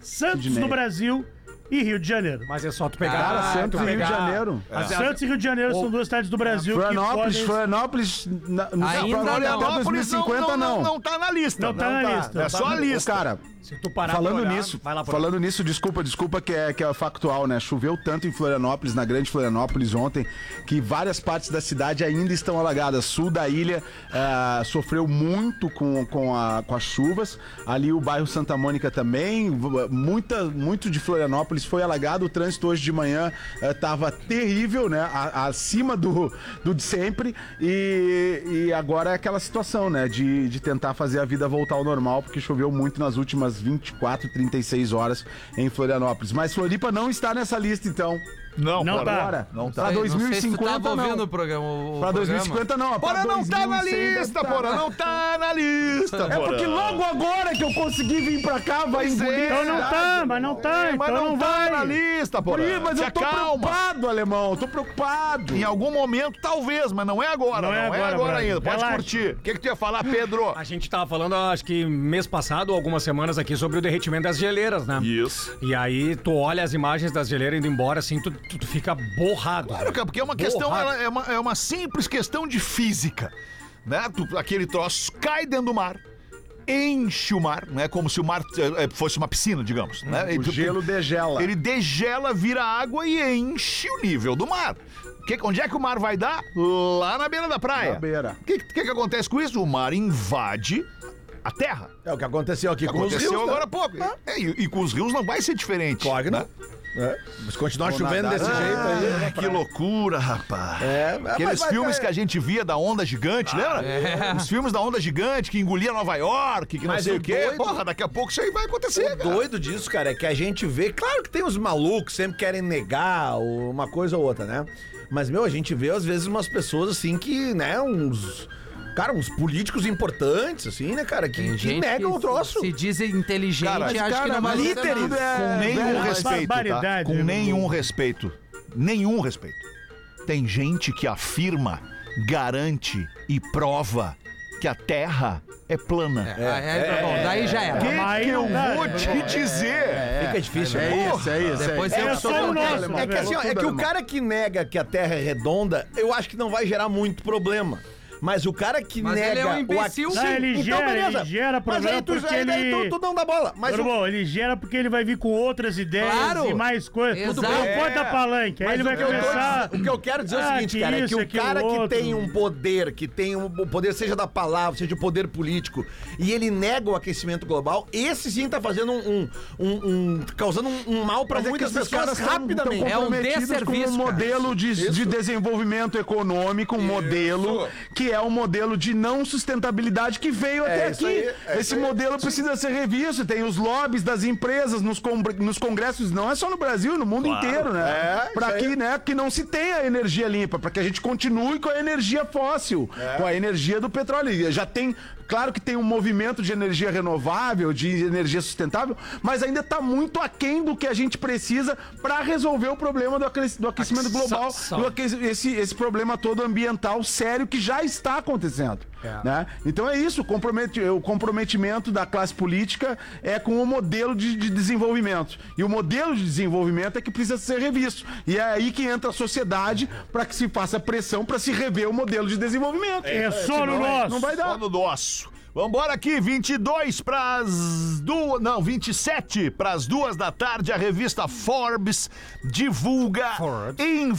S6: Santos,
S7: Sydney.
S6: no Brasil. E Rio de Janeiro.
S3: Mas é só tu pegar...
S7: Cara,
S6: Ah,
S3: tu
S7: Santos e Rio de
S3: pegar-
S7: Janeiro.
S3: As- as-
S6: Santos e Rio de Janeiro são duas cidades do Brasil que
S7: Florianópolis,
S6: podem...
S7: Florianópolis... na- no-
S4: Ainda
S7: Florianópolis
S4: não.
S7: até 2050 não.
S2: não tá na lista.
S6: Não tá na lista.
S2: É só a lista.
S7: Cara,
S3: Se tu parar pra
S7: falando
S3: olhar,
S7: nisso,
S3: vai lá pra
S7: falando nisso, desculpa, desculpa que é, que é factual, né? Choveu tanto em Florianópolis, na grande Florianópolis ontem, que várias partes da cidade ainda estão alagadas. Sul da ilha ah, sofreu muito com, com, a- com as chuvas. Ali o bairro Santa Mônica também, v- muita, muito de Florianópolis foi alagado. O trânsito hoje de manhã estava terrível, né? A- acima do, do de sempre. E, e agora é aquela situação, né? De, de tentar fazer a vida voltar ao normal, porque choveu muito nas últimas 24, 36 horas em Florianópolis. Mas Floripa não está nessa lista, então.
S2: Não,
S6: Não
S2: cara.
S6: tá.
S7: Agora,
S2: Não tá.
S7: pra
S4: Não sei se tu
S7: 2050
S4: tava ouvindo
S7: não.
S4: o programa. o- o
S7: Pra
S4: programa.
S7: 2050 não.
S2: Porra,
S7: Pra
S2: não tá na
S7: 2100 deve
S2: lista,
S7: tá.
S2: porra. Não tá na lista,
S7: É porque logo agora que eu consegui vir pra cá, vai
S2: Pois é.
S7: engolir.
S6: Então não tá, mas não tá,
S2: Mas
S6: então não,
S2: não tá
S6: vai.
S2: na otimista, pô.
S7: Ih, mas
S2: Se
S7: eu tô
S2: acalma.
S7: preocupado, alemão. Eu tô preocupado.
S2: Em algum momento, talvez, mas não é agora. Não, é agora,
S6: brother.
S2: ainda. Pode
S6: Relaxa.
S2: curtir. O que, que tu ia falar, Pedro?
S3: A gente tava falando, acho que mês passado, algumas semanas aqui, sobre o derretimento das geleiras, né?
S2: Isso.
S3: E aí, tu olha as imagens das geleiras indo embora, assim, tu, tu- tu fica borrado.
S2: Claro, cara, porque é uma questão,
S3: Borrado.
S2: ela- é, uma, é uma simples questão de física. Né? Tu- aquele troço cai dentro do mar, enche o mar, né? Como se o mar eh, eh, fosse uma piscina, digamos. né?
S5: Hum,
S2: E
S7: O
S2: tu-
S7: gelo degela.
S2: Ele degela, vira água e enche o nível do mar. Que- onde é que o mar vai dar? Lá na beira da praia.
S7: Na beira.
S2: O que, que, que acontece com isso? O mar invade a terra.
S5: É o que aconteceu aqui com os
S2: Aconteceu
S5: rios. né?
S2: agora há pouco. É, e, e com os rios não vai ser diferente.
S5: Claro que não.
S2: né?
S5: É. Mas continuar
S7: Vou
S5: chovendo
S7: nadar.
S5: desse jeito aí.
S2: Ah, que loucura, rapaz.
S5: É, mas-
S2: Aqueles
S5: mas-
S2: filmes
S5: mas-
S2: que a gente via da onda gigante,
S5: Ah,
S2: lembra? Os filmes da onda gigante que engolia Nova York, que não
S5: é. Mas
S2: sei
S5: o
S2: o quê.
S5: doido-
S2: Porra, daqui a pouco isso aí vai acontecer, cara.
S5: doido disso, cara, é que a gente vê. Claro que tem os malucos que sempre querem negar ou uma coisa ou outra, né? Mas, meu, a gente vê às vezes umas pessoas assim que, né, uns. Cara, uns políticos importantes, assim, né, cara, que, que negam o troço.
S4: Se dizem inteligente,
S2: Cara,
S4: acho
S2: cara,
S4: que não vai
S5: líderes.
S4: fazer nada.
S5: é
S2: Com nenhum
S6: mas
S2: respeito, tá?
S6: barbaridade,
S2: Com
S6: né?
S2: nenhum respeito. Nenhum respeito. Tem gente que afirma, garante e prova que a Terra é plana.
S4: É, é, tá bom, daí já era.
S2: O que,
S6: Mas
S2: que eu
S6: não,
S2: vou
S6: né?
S2: te dizer?
S5: Fica difícil, né?
S7: É isso, é isso.
S4: Depois
S7: é isso.
S4: eu
S6: É
S4: sou
S6: só o
S4: contra,
S6: nosso,
S4: alemão.
S5: É que assim, ó, é que o cara que nega que a Terra é redonda, eu acho que não vai gerar muito problema. Mas o cara que
S4: Mas
S5: nega
S4: ele é um
S5: o ac-
S4: imbecil.
S6: Não, ele gera, ele gera
S5: mas
S6: problema
S5: aí tu,
S6: porque
S5: aí daí
S6: ele-
S5: tu, tu não dá bola. Mas o-
S6: Irmão, ele gera porque ele vai vir com outras ideias
S4: Claro.
S6: e mais coisas.
S4: Exato.
S6: Não pode dar palanque.
S5: É.
S6: Aí
S5: Mas
S6: ele vai
S5: o, que eu tô
S6: começar.
S5: diz- o que eu quero dizer é o
S6: Ah,
S5: seguinte,
S6: que
S5: cara,
S6: isso,
S5: é que
S6: que
S5: o cara que
S6: outro.
S5: tem um poder, que tem um o poder, seja da palavra, seja o poder político, e ele nega o aquecimento global, esse sim tá fazendo um. um- um- um- causando um, um mal pra
S7: Mas é que
S5: muitas
S7: esses
S5: pessoas
S7: caras tão-
S5: rapidamente.
S7: tão
S4: É um
S7: comprometidos
S4: desserviço,
S7: com um
S4: cara.
S7: modelo de, de desenvolvimento econômico, um modelo que é um modelo de não sustentabilidade que veio até
S5: isso
S7: aqui.
S5: aí, é
S7: Esse modelo precisa ser revisto. Tem os lobbies das empresas nos, congre- nos congressos, não é só no Brasil, no mundo inteiro, né? para que, né, que não se tenha energia limpa, para que a gente continue com a energia fóssil, com a energia do petróleo. E Já tem, claro que tem um movimento de energia renovável, de energia sustentável, mas ainda está muito aquém do que a gente precisa para resolver o problema do, aquec- do aquecimento
S3: Aqui-
S7: global,
S3: sa- sa-
S7: do aque- esse, esse problema todo ambiental sério que já está acontecendo. Né? Então é isso, o, comprometi- o comprometimento da classe política é com o modelo de, de desenvolvimento. E o modelo de desenvolvimento é que precisa ser revisto. E é aí que entra a sociedade para que se faça pressão para se rever o modelo de desenvolvimento.
S6: É só no nosso.
S7: Não vai
S2: Só
S7: dar.
S2: no nosso. Vambora aqui, 22 pras duas. Não, 27 pras duas da tarde, a revista Forbes divulga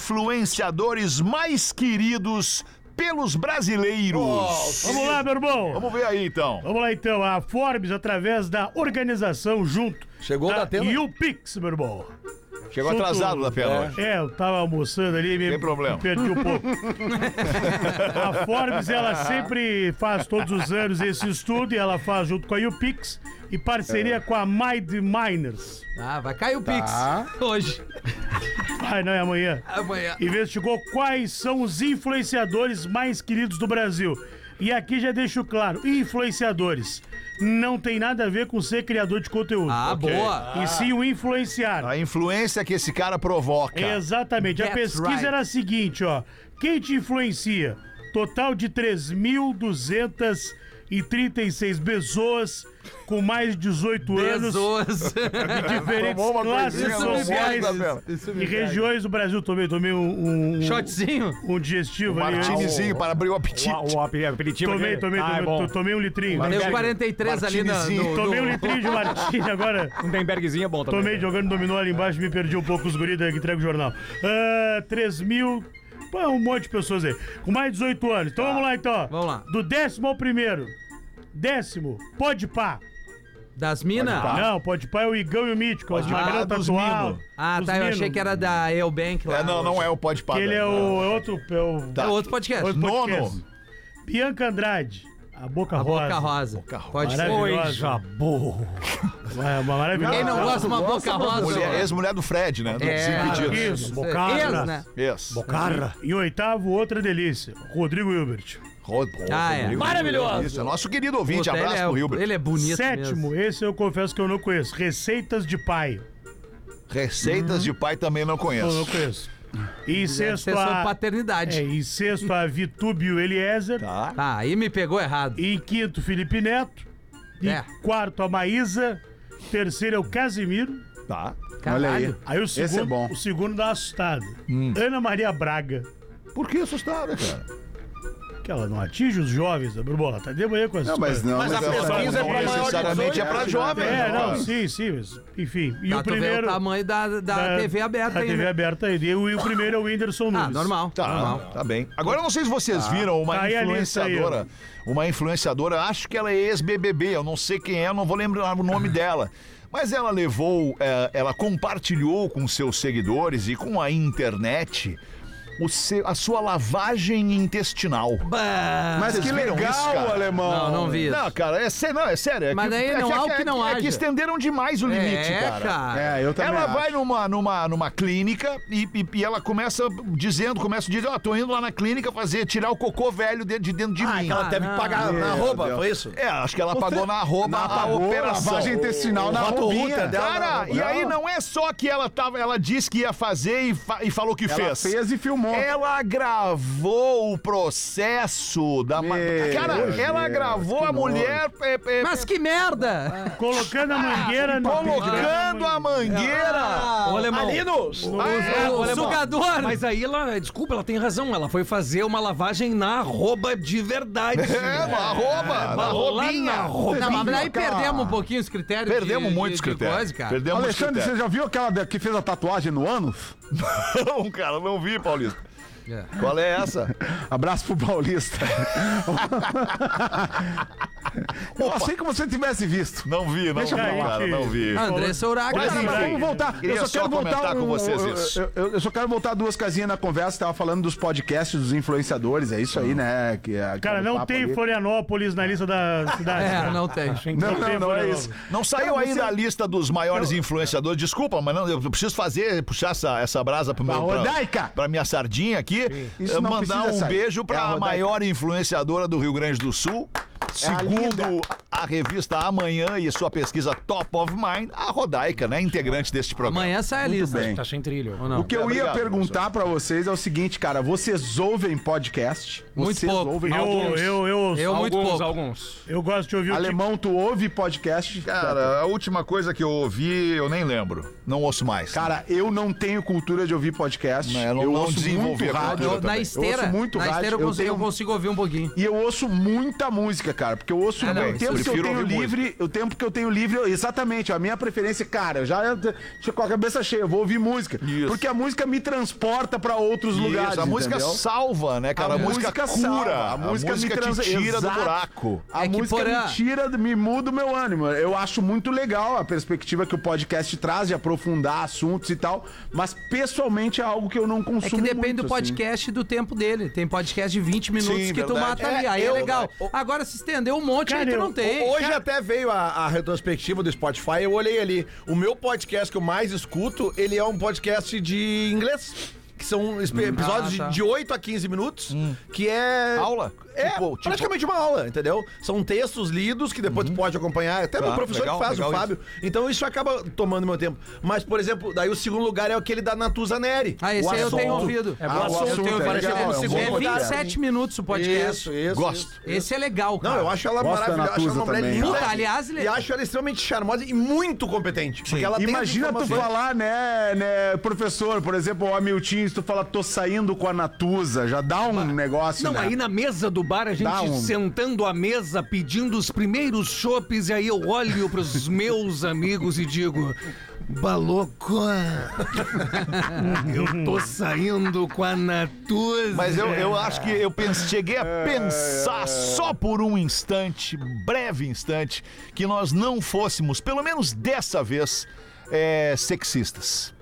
S2: influenciadores mais queridos pelos brasileiros.
S6: Vamos lá, meu irmão.
S2: Vamos ver aí então.
S6: Vamos lá então, a Forbes, através da organização junto.
S5: Chegou
S6: da
S5: da tela?
S6: Ah, E o Pix, meu irmão.
S2: Chegou
S6: Junto-
S2: atrasado da pena hoje.
S6: É, eu tava almoçando ali, me,
S2: Tem problema.
S6: me perdi um pouco. a Forbes, ela sempre faz todos os anos esse estudo e ela faz junto com a YouPix e parceria com a Mind Miners.
S4: Ah, vai cair o Pix. Hoje.
S6: Ai, não é amanhã.
S4: Amanhã.
S6: Investigou quais são os influenciadores mais queridos do Brasil. E aqui já deixo claro, influenciadores não tem nada a ver com ser criador de conteúdo.
S4: Ah, boa.
S6: E sim o influenciar.
S2: A influência que esse cara provoca.
S6: Exatamente. a
S4: That's
S6: pesquisa
S4: right.
S6: era a seguinte, ó. Quem te influencia? Total de 3.236 pessoas com mais de 18 anos,
S4: Pessoas.
S6: de diferentes classes
S4: coisinha, tomou
S6: sociais
S4: uma coisinha,
S6: e regiões do Brasil. Tomei, tomei um, um,
S4: Shotzinho.
S6: um digestivo ali.
S2: Martinizinho para abrir o apetite.
S3: O, o ap- aperitivo
S6: Tomei,
S3: aqui.
S6: tomei,
S3: Ah, é
S6: tomei,
S3: bom.
S6: to- tomei um litrinho.
S4: Deu 43 ali na-
S2: Martinizinho.
S4: no,
S6: Tomei um
S4: no,
S6: litrinho de martini agora.
S3: Um Denbergzinho é bom também.
S6: Tomei jogando dominó ali embaixo, me perdi um pouco os guridas que entrega o jornal. Ah, 3 mil. Pô, um monte de pessoas aí. Com mais de 18 anos. Então vamos lá então.
S4: Tá. Vamos lá.
S6: Do décimo ao primeiro. Décimo, pode pá.
S4: das minas.
S6: Não, pode pá é o Igão e o Mítico. É Os magrão
S2: dos
S6: tatuado.
S2: mino.
S4: Tá. Ah,
S6: Os
S4: tá. Eu
S6: mino.
S4: achei que era da Elbank lá.
S2: É, não, não é o pode parar.
S6: Ele é o. É outro. É o
S4: É outro podcast.
S6: outro
S2: Nono.
S6: podcast. Bianca Andrade. A boca
S4: A
S6: rosa.
S4: Boca Rosa. Pode ser.
S6: Maravilhosa.
S3: Coisa boa.
S6: É uma maravilhosa.
S4: Quem não gosta de uma Boca Rosa?
S2: Mulher-
S4: mano?
S2: Ex-mulher do Fred,
S4: É.
S2: né? Do Desimpedidos.
S6: Isso,
S4: Ex,
S6: bocada.
S4: né?
S2: Isso.
S6: Cara. Em oitavo, outra delícia. Rodrigo Hilbert.
S2: Rod-
S4: Ah, é.
S2: Rodrigo.
S3: Maravilhoso.
S2: Isso, é nosso querido ouvinte.
S4: Puta,
S2: Abraço
S4: ele é,
S2: pro Hilbert.
S4: Ele é bonito
S6: Sétimo,
S4: mesmo.
S6: esse eu confesso que eu não conheço. Receitas de pai.
S2: Receitas
S4: Uhum.
S2: de pai também não
S6: Eu não
S2: conheço.
S6: conheço. E sexto
S4: Exceção
S6: a...
S4: é paternidade.
S6: É, em sexto a Vitúbio Eliezer.
S2: Tá.
S4: Ah, aí me pegou errado. Tá,
S6: Em quinto, Felipe Neto. Em
S4: É.
S6: quarto, a Maísa. Terceiro é o Casimiro.
S2: Tá.
S7: Olha aí.
S4: Caralho.
S6: Aí o
S7: Esse é
S6: segundo,
S7: bom. Hum.
S6: o segundo dá uma assustada. Ana Maria Braga.
S2: Por que assustada, cara?
S6: Que ela não atinge os jovens, né, Borbola. Tá de manhã com essa
S7: Não, mas
S6: história.
S7: não,
S3: Mas a
S7: essa-
S3: pesquisa é pra maior de
S2: necessariamente é pra
S7: 18,
S2: jovem.
S7: né?
S6: É,
S2: não,
S6: não,
S2: cara.
S6: sim, sim, mas, enfim. E o
S4: Pra tu ver
S6: primeiro.
S4: o tamanho da, da,
S6: É,
S4: TV aberta
S6: da
S4: aí.
S6: TV
S4: né?
S6: aberta aí. E o, e o primeiro é o Whindersson Nunes.
S4: Ah, normal. normal.
S2: Tá, tá bem. Agora eu não sei se vocês
S4: Ah,
S2: viram uma
S6: Tá aí a lista aí,
S2: influenciadora. uma influenciadora, acho que ela é ex-BBB, eu não sei quem é, eu não vou lembrar o nome dela. Mas ela levou, eh, ela compartilhou com seus seguidores e com a internet o seu- a sua lavagem intestinal.
S3: Bah.
S7: Mas
S2: Vocês
S7: que
S2: viram
S7: legal,
S2: isso, cara?
S7: alemão.
S4: Não, não vi isso.
S2: Não, cara, é sério, não, é sério. É
S4: Mas
S2: que,
S4: daí
S2: é
S4: não
S2: que-
S4: há o
S2: é
S4: que não
S2: é que
S4: haja.
S2: estenderam demais o limite,
S4: é,
S2: cara.
S4: cara.
S7: É, eu também
S2: Ela
S7: acho.
S2: vai numa, numa, numa clínica e, e- e ela começa dizendo, começa a dizer, ó, tô indo lá na clínica fazer, tirar o cocô velho de, de dentro de
S4: Ah,
S2: mim.
S5: Ela Ah, teve
S6: Ah,
S5: que pagar na roupa, foi isso?
S2: É, acho que ela pagou na arroba
S7: Na
S2: a
S7: pagou,
S2: Ah, operação.
S7: lavagem intestinal na
S5: Roto
S7: roubinha.
S5: Ruta dela.
S2: Cara, e aí não é só que ela tava, ela disse que ia fazer e, fa- e falou que
S7: Ela
S2: fez. É,
S7: fez e filmou.
S2: Ela gravou o processo da. ma-
S7: Meu
S2: Cara, ela
S7: Deus,
S2: gravou
S7: que
S2: a mulher é, é,
S4: Mas que merda!
S6: Colocando a mangueira no.
S2: colocando a mangueira.
S4: Ah,
S3: Ô, alemão.
S6: no.
S2: É,
S4: o
S3: alemão.
S4: sugador!
S3: Mas aí ela, desculpa, ela tem razão. Ela foi fazer uma lavagem na arroba de verdade.
S2: É, uma arroba, na roubinha.
S3: Na arroba.
S4: Não, mas daí
S7: cara.
S4: perdemos um pouquinho os critérios. de-
S2: Perdemos
S4: de-
S2: muitos
S4: de
S2: critérios.
S4: coisa, cara.
S2: Perdemos
S7: Alexandre, você já viu aquela da- que fez a tatuagem no ânus?
S2: critérios. Não, cara, não vi, Paulista.
S4: É.
S2: Qual é essa?
S7: Abraço pro Paulista. Eu achei que assim você tivesse visto.
S2: Não vi, não
S7: Deixa
S2: vi,
S6: pra lá.
S2: cara, não vi.
S4: André Souraga.
S2: Mas
S7: Cara,
S2: enfim,
S7: mas vamos voltar.
S2: queria
S7: Eu
S2: só
S7: só quero
S2: comentar
S7: voltar
S2: com
S7: um-
S2: vocês
S7: eu-
S2: isso.
S7: Eu, eu só quero voltar duas casinhas na conversa. Tava falando dos podcasts dos influenciadores, é isso
S2: Uhum.
S7: aí, né? Que, é- que
S6: Cara,
S7: é o
S6: não
S7: papo
S6: tem
S7: ali.
S6: Florianópolis na lista da cidade.
S4: É,
S6: cara.
S4: não tem.
S7: Não, não,
S6: tem
S7: não é
S6: Florianópolis.
S7: isso.
S2: Não saiu
S7: Cara,
S2: ainda a lista dos maiores influenciadores. Desculpa, mas não, eu preciso fazer, puxar essa, essa brasa pro meu,
S7: Pra
S2: pra,
S7: Rodaica.
S2: pra minha sardinha aqui.
S7: Isso
S2: Eh,
S7: não
S2: mandar
S7: precisa
S2: um
S7: sair.
S2: beijo
S7: É a
S2: pra
S7: Rodaica. É
S2: maior influenciadora do Rio Grande do Sul.
S7: a
S2: Segundo a revista Amanhã e sua pesquisa Top of Mind, a Rodaica, né? Integrante deste programa.
S4: Amanhã sai a lista.
S7: bem.
S3: Tá sem trilho. Ou
S7: O
S3: não?
S7: que eu ia
S2: Obrigado,
S7: perguntar pra vocês é o seguinte, cara. Vocês ouvem podcast?
S4: Muito
S7: vocês
S4: pouco.
S7: Ouvem
S6: Eu, eu, eu,
S4: Eu muito
S3: alguns,
S4: pouco.
S3: alguns.
S6: eu gosto de ouvir o
S7: Alemão, tu ouve podcast?
S2: Cara, a última coisa que eu ouvi, eu nem lembro. Não ouço mais.
S7: Cara, eu não tenho cultura de ouvir podcast.
S2: Não, eu não-
S7: eu
S2: não
S7: ouço
S2: desenvolvi
S7: muito
S2: a
S7: rádio.
S2: cultura
S4: Eu- na
S2: também.
S4: esteira,
S7: ouço muito
S4: na
S7: rádio,
S4: esteira eu,
S7: eu
S4: consigo, eu
S7: tenho-
S4: consigo ouvir um pouquinho.
S7: E eu ouço muita música, cara, porque eu ouço
S4: Ah, não,
S7: o
S4: isso
S7: tempo
S2: eu
S7: que eu
S2: prefiro
S7: tenho
S2: ouvir
S7: livre, o tempo que eu tenho livre, eu- exatamente, a minha preferência, cara, eu já eu- com a cabeça cheia, eu vou ouvir música,
S2: Isso.
S7: porque a música me transporta pra outros
S2: Isso,
S7: lugares,
S2: a música
S7: entendeu?
S2: salva, né, cara? A, música, cura.
S7: salva,
S2: a música,
S7: me trans-
S2: te tira
S7: Exato.
S2: do buraco.
S7: A
S4: É que,
S7: música
S4: porã-
S7: me tira, me muda o meu ânimo. Eu acho muito legal a perspectiva que o podcast traz de aprofundar assuntos e tal, mas pessoalmente é algo que eu não
S4: É
S7: consumo
S4: que depende
S7: muito, assim.
S4: do podcast e do tempo dele. Tem podcast de 20 minutos
S2: Sim,
S4: que tu
S2: verdade.
S4: mata
S5: É,
S4: ali. Aí
S5: eu-
S4: é legal.
S5: o-
S4: Agora se estendeu um monte,
S6: Cara,
S4: aí tu
S6: eu-
S4: não tem.
S5: Hoje até veio a, a retrospectiva do Spotify, eu olhei ali. O meu podcast que eu mais escuto, ele é um podcast de inglês. Que são espe- episódios
S4: Ah, tá.
S5: de, de 8 a 15 minutos, que é.
S2: Aula?
S5: É,
S2: Tipo- tipo-
S5: praticamente uma aula, entendeu? São textos lidos que depois tu pode acompanhar. Até meu
S2: Claro,
S5: professor
S2: legal,
S5: que faz,
S2: legal
S5: o Fábio. Então isso acaba tomando meu tempo. Mas, por exemplo, daí o segundo lugar é aquele da Natuza Neri.
S4: Ah, esse
S5: O
S4: aí eu tenho
S5: assunto-
S4: ouvido.
S7: Ah, o
S4: eu
S7: assunto
S4: tenho
S7: é
S4: ouvido.
S7: legal, é um
S4: é,
S7: bom podcast.
S4: 27 minutos o podcast.
S5: Isso, isso.
S2: Gosto.
S5: isso.
S4: Esse é legal, cara.
S5: Não, eu acho ela
S7: Gosto da
S5: maravilhosa. Acho ela uma
S7: Natuza
S5: mulher
S7: também.
S5: linda.
S4: Puta, aliás,
S5: e acho ela extremamente charmosa e muito competente. Porque ela tem as
S7: Imagina tu
S5: informações.
S7: falar, né, né, professor, por exemplo, o Hamilton, se tu fala, tô saindo com a Natuza, já dá um negócio,
S3: Não,
S7: né?
S3: aí na mesa do bar, a gente
S7: Dá um-
S3: sentando à mesa, pedindo os primeiros chopes, e aí eu olho pros meus amigos e digo: Baloco, eu tô saindo com a Natuza.
S2: Mas eu, eu
S7: É.
S2: acho que eu pense- cheguei a pensar só por um instante, breve instante, que nós não fôssemos, pelo menos dessa vez, é, sexistas.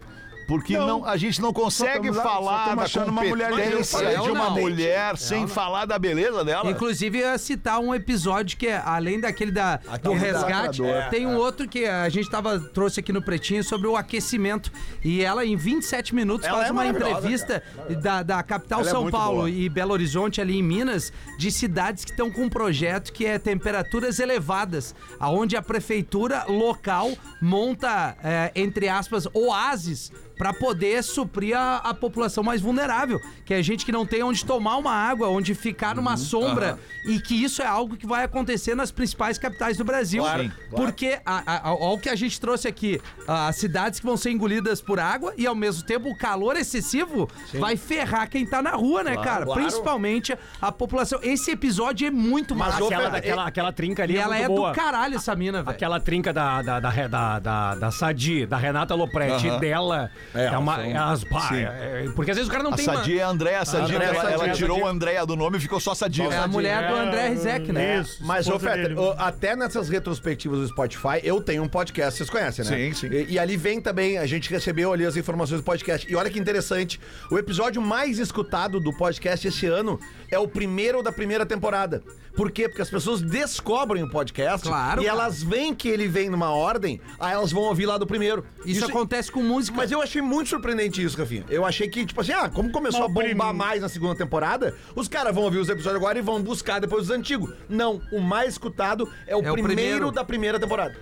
S2: Porque não. a gente não consegue
S7: estamos lá- só
S2: falar
S7: estamos
S2: da
S7: achando uma mulher linda. Eu
S2: competência
S7: falei,
S2: de
S4: eu
S2: uma
S4: não.
S2: mulher sem falar da beleza dela.
S4: Inclusive, eu ia citar um episódio que é, além daquele da,
S2: é
S4: do resgate,
S7: lacrador.
S4: tem um outro que a gente tava, trouxe aqui no Pretinho sobre o aquecimento. E ela, em 27 minutos,
S2: Ela
S4: faz
S2: é
S4: uma
S2: maravilhosa,
S4: entrevista da, da capital
S5: Ela é
S4: São
S5: muito
S4: Paulo
S5: boa.
S4: e Belo Horizonte, ali em Minas, de cidades que estão com um projeto que é temperaturas elevadas, aonde a prefeitura local monta, é, entre aspas, oásis para poder suprir a, a população mais vulnerável, que é gente que não tem onde tomar uma água, onde ficar numa sombra, e que isso é algo que vai acontecer nas principais capitais do Brasil.
S2: Claro, claro.
S4: Porque a, a, ao que a gente trouxe aqui, a- as cidades que vão ser engolidas por água e ao mesmo tempo o calor excessivo vai ferrar quem tá na rua, né, cara?
S5: claro.
S4: Principalmente a população. Esse episódio é muito
S5: Mas
S4: massa.
S5: o-
S3: Aquela,
S5: Opa,
S3: aquela, aquela trinca ali
S4: E
S3: é
S4: ela
S3: muito
S4: é
S3: boa.
S4: do caralho, essa mina, velho.
S3: Aquela trinca da, da, da, da, da, da Sadi, da Renata Lopretti e dela. É, uma. É as, bah, é- é- porque às vezes o cara não
S2: A
S3: tem. uma-
S2: Sadia é Andréa Sadia.
S5: Andréa
S2: ela, ela
S5: Sadia.
S2: tirou o Andréa do nome e ficou só Sadia.
S4: É a mulher do André Rizek, né?
S7: É,
S6: Isso.
S5: Mas, ô,
S6: esposa
S5: Fetter,
S6: é dele.
S5: ô, até nessas retrospectivas do Spotify, eu tenho um podcast, vocês conhecem, né?
S2: Sim, sim.
S5: E, e ali vem também, a gente recebeu ali as informações do podcast. E olha que interessante, o episódio mais escutado do podcast esse ano é o primeiro da primeira temporada. Por quê? Porque as pessoas descobrem o podcast
S4: Claro,
S5: e
S4: cara.
S5: elas veem que ele vem numa ordem, aí elas vão ouvir lá do primeiro.
S4: Isso, acontece com música.
S5: é Mas eu achei muito surpreendente isso, Rafinha. Eu achei que, tipo assim, ah, como começou
S6: Mas
S5: a bombar
S6: prim-
S5: mais na segunda temporada, os caras vão ouvir os episódios agora e vão buscar depois os antigos. Não, o mais escutado é o,
S4: É o
S5: primeiro,
S4: primeiro.
S5: da primeira temporada.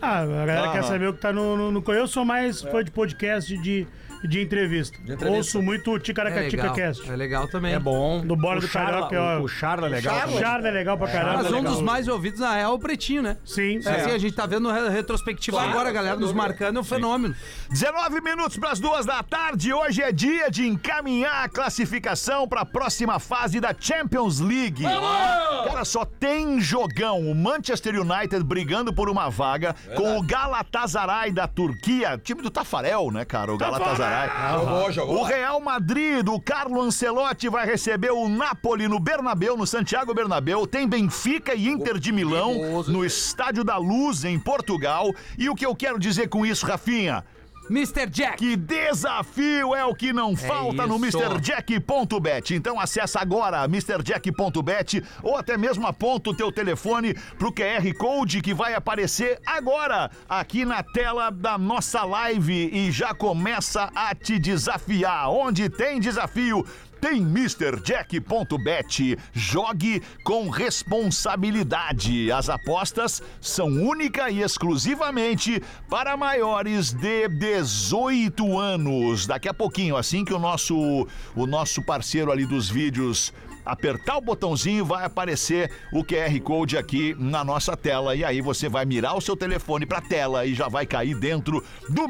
S6: Ah, a galera
S2: Ah.
S6: quer saber o que tá no, no, no- Eu sou
S7: É.
S6: mais fã de podcast de, de, entrevista. Ouço muito o
S4: É legal,
S6: Ticaracaticaracast.
S4: é legal também.
S3: É bom.
S6: Do Bora
S3: O
S6: do
S3: Charla-
S6: Carioca, ó.
S3: O, o Charla é legal.
S6: Charla. Charla é legal pra caralho.
S4: Mas um dos
S6: Legal.
S4: mais ouvidos, na real, é o Pretinho, né?
S6: Sim.
S4: Assim, a gente tá vendo re- retrospectiva agora, a galera nos marcando, é um fenômeno.
S2: 19 minutos para as duas da tarde. Hoje é dia de encaminhar a classificação para a próxima fase da Champions League. Cara, só tem jogão. O Manchester United brigando por uma vaga com o Galatasaray da Turquia, time do Tafarel, né, cara? O Galatasaray. O Real Madrid, o Carlo Ancelotti vai receber o Napoli no Bernabéu, no Santiago Bernabéu. Tem Benfica e Inter de Milão no Estádio da Luz em Portugal. E o que eu quero dizer com isso, Rafinha?
S4: Mr. Jack!
S2: Que desafio é o que não falta no
S4: isso.
S2: MrJack.bet. Então acessa agora MrJack.bet ou até mesmo aponta o teu telefone pro QR Code que vai aparecer agora aqui na tela da nossa live e já começa a te desafiar. Onde tem desafio, tem MrJack.bet. Jogue com responsabilidade. As apostas são única e exclusivamente para maiores de 18 anos. Daqui a pouquinho, assim que o nosso, o nosso parceiro ali dos vídeos apertar o botãozinho, vai aparecer o QR Code aqui na nossa tela. E aí você vai mirar o seu telefone para tela e já vai cair dentro do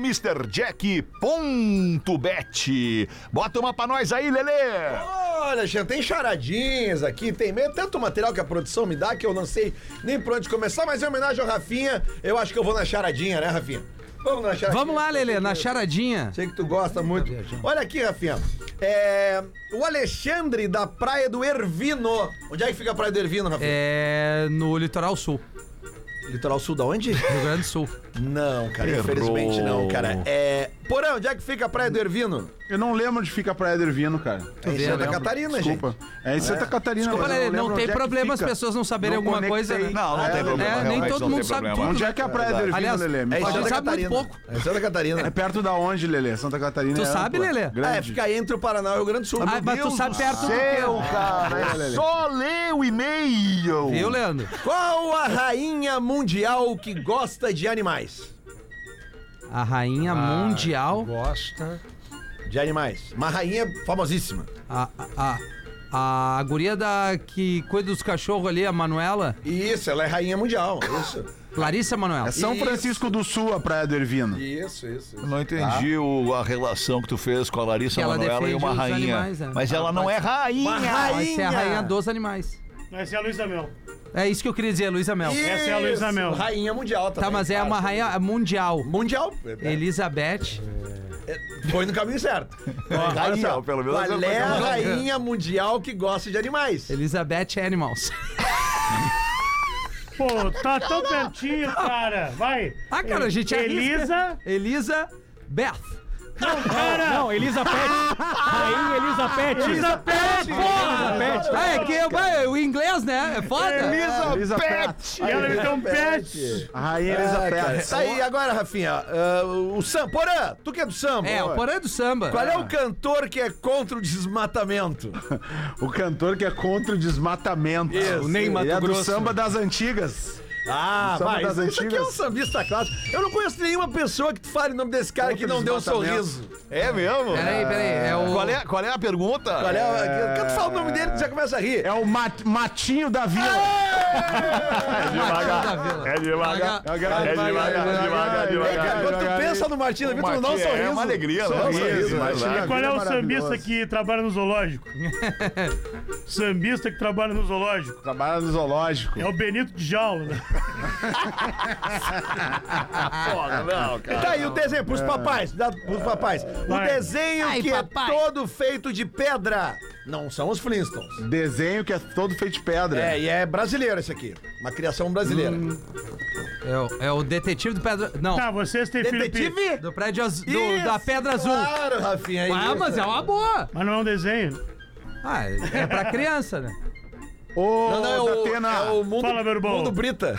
S2: MrJack.bet. Bota uma pra nós aí, Lelê!
S5: Olha, gente, tem charadinhas aqui, tem meio, tanto material que a produção me dá que eu não sei nem por onde começar, mas em homenagem ao Rafinha, eu acho que eu vou na charadinha, né, Rafinha? Vamos na charadinha.
S4: Vamos lá, Lelê, na Tá
S5: charadinha.
S4: charadinha.
S5: Sei que tu gosta muito. Olha aqui, Rafinha. É, o Alexandre da Praia do Ervino. Onde é que fica a Praia do Ervino, Rafinha?
S4: É no litoral sul,
S5: Litoral Sul da onde?
S4: Rio Grande do Sul.
S5: Não, cara, infelizmente não, cara. É. Porã, onde é que fica a Praia do Ervino?
S7: Eu não lembro onde fica a Praia do Ervino, cara.
S5: É em
S7: Eu
S5: Santa
S7: lembro.
S5: Catarina,
S7: Desculpa. É em Santa Catarina,
S4: Desculpa,
S7: mas eu
S4: Lelê, não,
S7: lembro
S4: tem
S7: onde é que
S4: problema as
S7: fica.
S4: pessoas não saberem
S7: Não
S4: alguma
S7: conectei.
S4: coisa, né?
S2: Não, não tem problema.
S4: nem
S2: realmente
S4: todo
S2: não tem
S4: mundo sabe
S2: problema.
S7: Onde é que é a Praia do Ervino,
S4: Aliás,
S7: Lelê? Me
S4: é
S5: em
S4: A
S7: fala.
S4: gente
S5: Santa
S4: sabe muito
S5: Catarina.
S4: pouco.
S5: É em Santa
S7: É
S5: Catarina.
S7: perto da onde, Lelê? Santa Catarina
S4: Tu
S7: é
S4: sabe,
S7: ampla,
S4: Lelê?
S7: grande.
S5: É, fica entre o Paraná e o Rio Grande do Sul.
S4: Ah, mas tu
S2: Deus
S4: sabe
S2: do
S4: perto do
S2: Seu,
S4: que?
S2: cara,
S7: É, Lelê.
S2: só lê o e-mail.
S4: Viu, Leandro?
S5: Qual a rainha mundial que gosta de animais?
S4: A rainha mundial.
S3: Gosta.
S5: De animais. Uma rainha famosíssima.
S4: A, a, a, a guria da, que cuida dos cachorros ali, a Manuela.
S5: Isso, ela é rainha mundial. Isso.
S4: Larissa Manuela.
S7: É São
S5: Isso.
S7: Francisco do Sul, a Praia do Ervino.
S5: Isso, isso.
S2: Eu Não entendi o- a relação que tu fez com a Larissa
S4: Que ela
S2: Manoela e
S4: defende
S2: uma
S4: os
S2: rainha.
S4: animais, né?
S2: Mas ela
S4: Ela
S2: não
S4: pode-
S2: é rainha.
S4: Vai ser é a rainha dos animais.
S6: Essa é a Luísa Mel.
S4: É isso que eu queria dizer, Luísa Mel.
S6: Essa é a Luísa
S5: Isso,
S6: Mel.
S5: Rainha mundial também.
S4: Tá, mas é uma rainha mundial.
S5: Mundial.
S4: Elizabeth.
S5: Foi no caminho certo.
S2: olha só, pelo menos
S5: Qual
S2: eu
S5: é a
S2: fui-
S5: rainha mundial que gosta de animais?
S4: Elizabeth Animals.
S6: Pô, tá tão pertinho, cara. Vai.
S4: Ah, cara, a gente arrisca.
S6: Elisa.
S4: Elisa é Beth.
S6: Não, cara!
S9: Não, Elisa Pet. Rainha Elisa Pet.
S6: Elisa Pet!
S4: Ah, é que eu- vai, o inglês, né? É foda.
S7: Elizabeth!
S6: E ela me deu um pet!
S7: A rainha
S5: Ah, cara,
S7: Elizabeth.
S5: Tá aí agora, Rafinha. ah, o Sam. Porã, tu que é do samba?
S4: É, o porém do samba.
S5: Qual é o cantor que é contra o desmatamento?
S7: O cantor que é contra o desmatamento.
S5: Isso.
S7: Ele
S3: Nem Mato
S7: é do
S3: Grosso.
S7: samba das antigas.
S5: Ah,
S7: Samba
S5: vai.
S7: das
S5: Isso aqui é um
S7: antigas.
S5: sambista clássico. Eu não conheço nenhuma pessoa que tu fale o nome desse cara que
S7: Contra o
S5: não deu um
S7: desmatamento.
S5: sorriso.
S2: É mesmo?
S4: Peraí, peraí. É o...
S2: Qual é, qual é a pergunta?
S5: Olha, é... quando tu fala o nome dele, tu já começa a rir.
S7: É o Ma- Matinho da Vila.
S4: Devagar. É devagar.
S7: É devagar,
S2: devagar,
S5: É, cara,
S2: devagar.
S5: quando tu pensa no Martina Vitor, tu não dá um
S2: Martim, é
S5: sorriso.
S2: uma alegria,
S5: Só
S2: né?
S5: dá um
S2: Sorriso,
S5: sorriso.
S2: sorriso.
S7: Matinho da
S6: Qual
S7: Vila
S6: é o
S7: maravilhoso.
S6: sambista que trabalha no zoológico? sambista que trabalha no zoológico.
S7: Trabalha no zoológico.
S6: É o Benito de Jaula. Né?
S5: Tá aí o desenho, pros papais, dá pros papais. O
S6: Vai.
S5: desenho
S4: Ai,
S5: que
S4: papai.
S5: é todo feito de pedra. Não são os Flintstones.
S7: Desenho que é todo feito de pedra.
S5: É, Hum, e é brasileiro esse aqui. Uma criação brasileira.
S4: É o, é o detetive do Pedra. Não,
S6: Ah, vocês têm filho pequeno.
S5: Detetive?
S4: do prédio az... do,
S5: Isso,
S4: da Pedra Azul.
S5: Claro, Rafinha.
S4: Ah,
S5: isso.
S4: mas é uma boa.
S6: Mas não é um desenho.
S4: Ah, é pra criança, né?
S7: Ô,
S5: Não, não, é o,
S7: Datena.
S5: é o mundo,
S6: Fala, meu irmão.
S5: mundo Brita.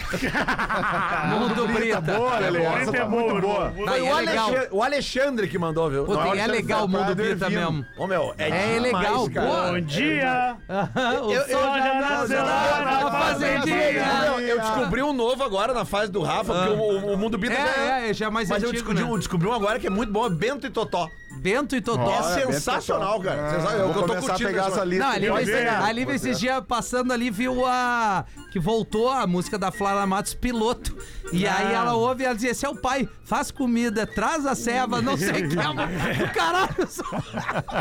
S4: Mundo Brita.
S7: Boa, Lelê.
S6: Essa
S7: Essa tá muito boa.
S4: Não,
S6: boa.
S4: e
S5: o,
S4: é legal.
S5: Alexandre, o Alexandre que mandou, viu?
S4: Puta,
S5: Não,
S4: e é legal o Mundo
S7: Prado,
S4: Brita
S7: Ervino.
S4: mesmo.
S5: Ô, meu, é,
S4: É
S5: demais,
S4: legal,
S5: cara.
S4: boa.
S6: Bom dia!
S4: Aham, o
S5: Eu- eu
S4: sol
S5: já
S4: já
S6: nasceu
S4: nasceu
S6: lá
S4: lá na
S6: na
S5: Não,
S4: fazendinha.
S5: eu descobri um novo agora na fase do Rafa, porque o, o- o Mundo Brita já
S4: É, é, já é mais
S5: Mas eu
S4: antigo,
S5: descobri,
S4: né?
S5: um, descobri um agora que é muito bom, é Bento e Totó.
S4: Bento e Totó.
S7: Olha,
S5: é sensacional,
S7: Bento,
S5: cara.
S7: tá.
S5: Sensacional. É
S7: Ah,
S5: Eu- eu
S7: Vou
S5: tô
S7: começar a
S5: curtindo
S7: pegar
S5: isso,
S7: essa
S5: mano.
S7: lista.
S4: Não, ali,
S6: Pode
S4: esses,
S6: ver.
S4: ali esses dias passando ali, viu a. Que voltou a música da Flávia Matos piloto. E aí ela ouve e ela dizia: esse é o pai, faz comida, traz a ceva, não sei o que. é, mas- Do caralho, só.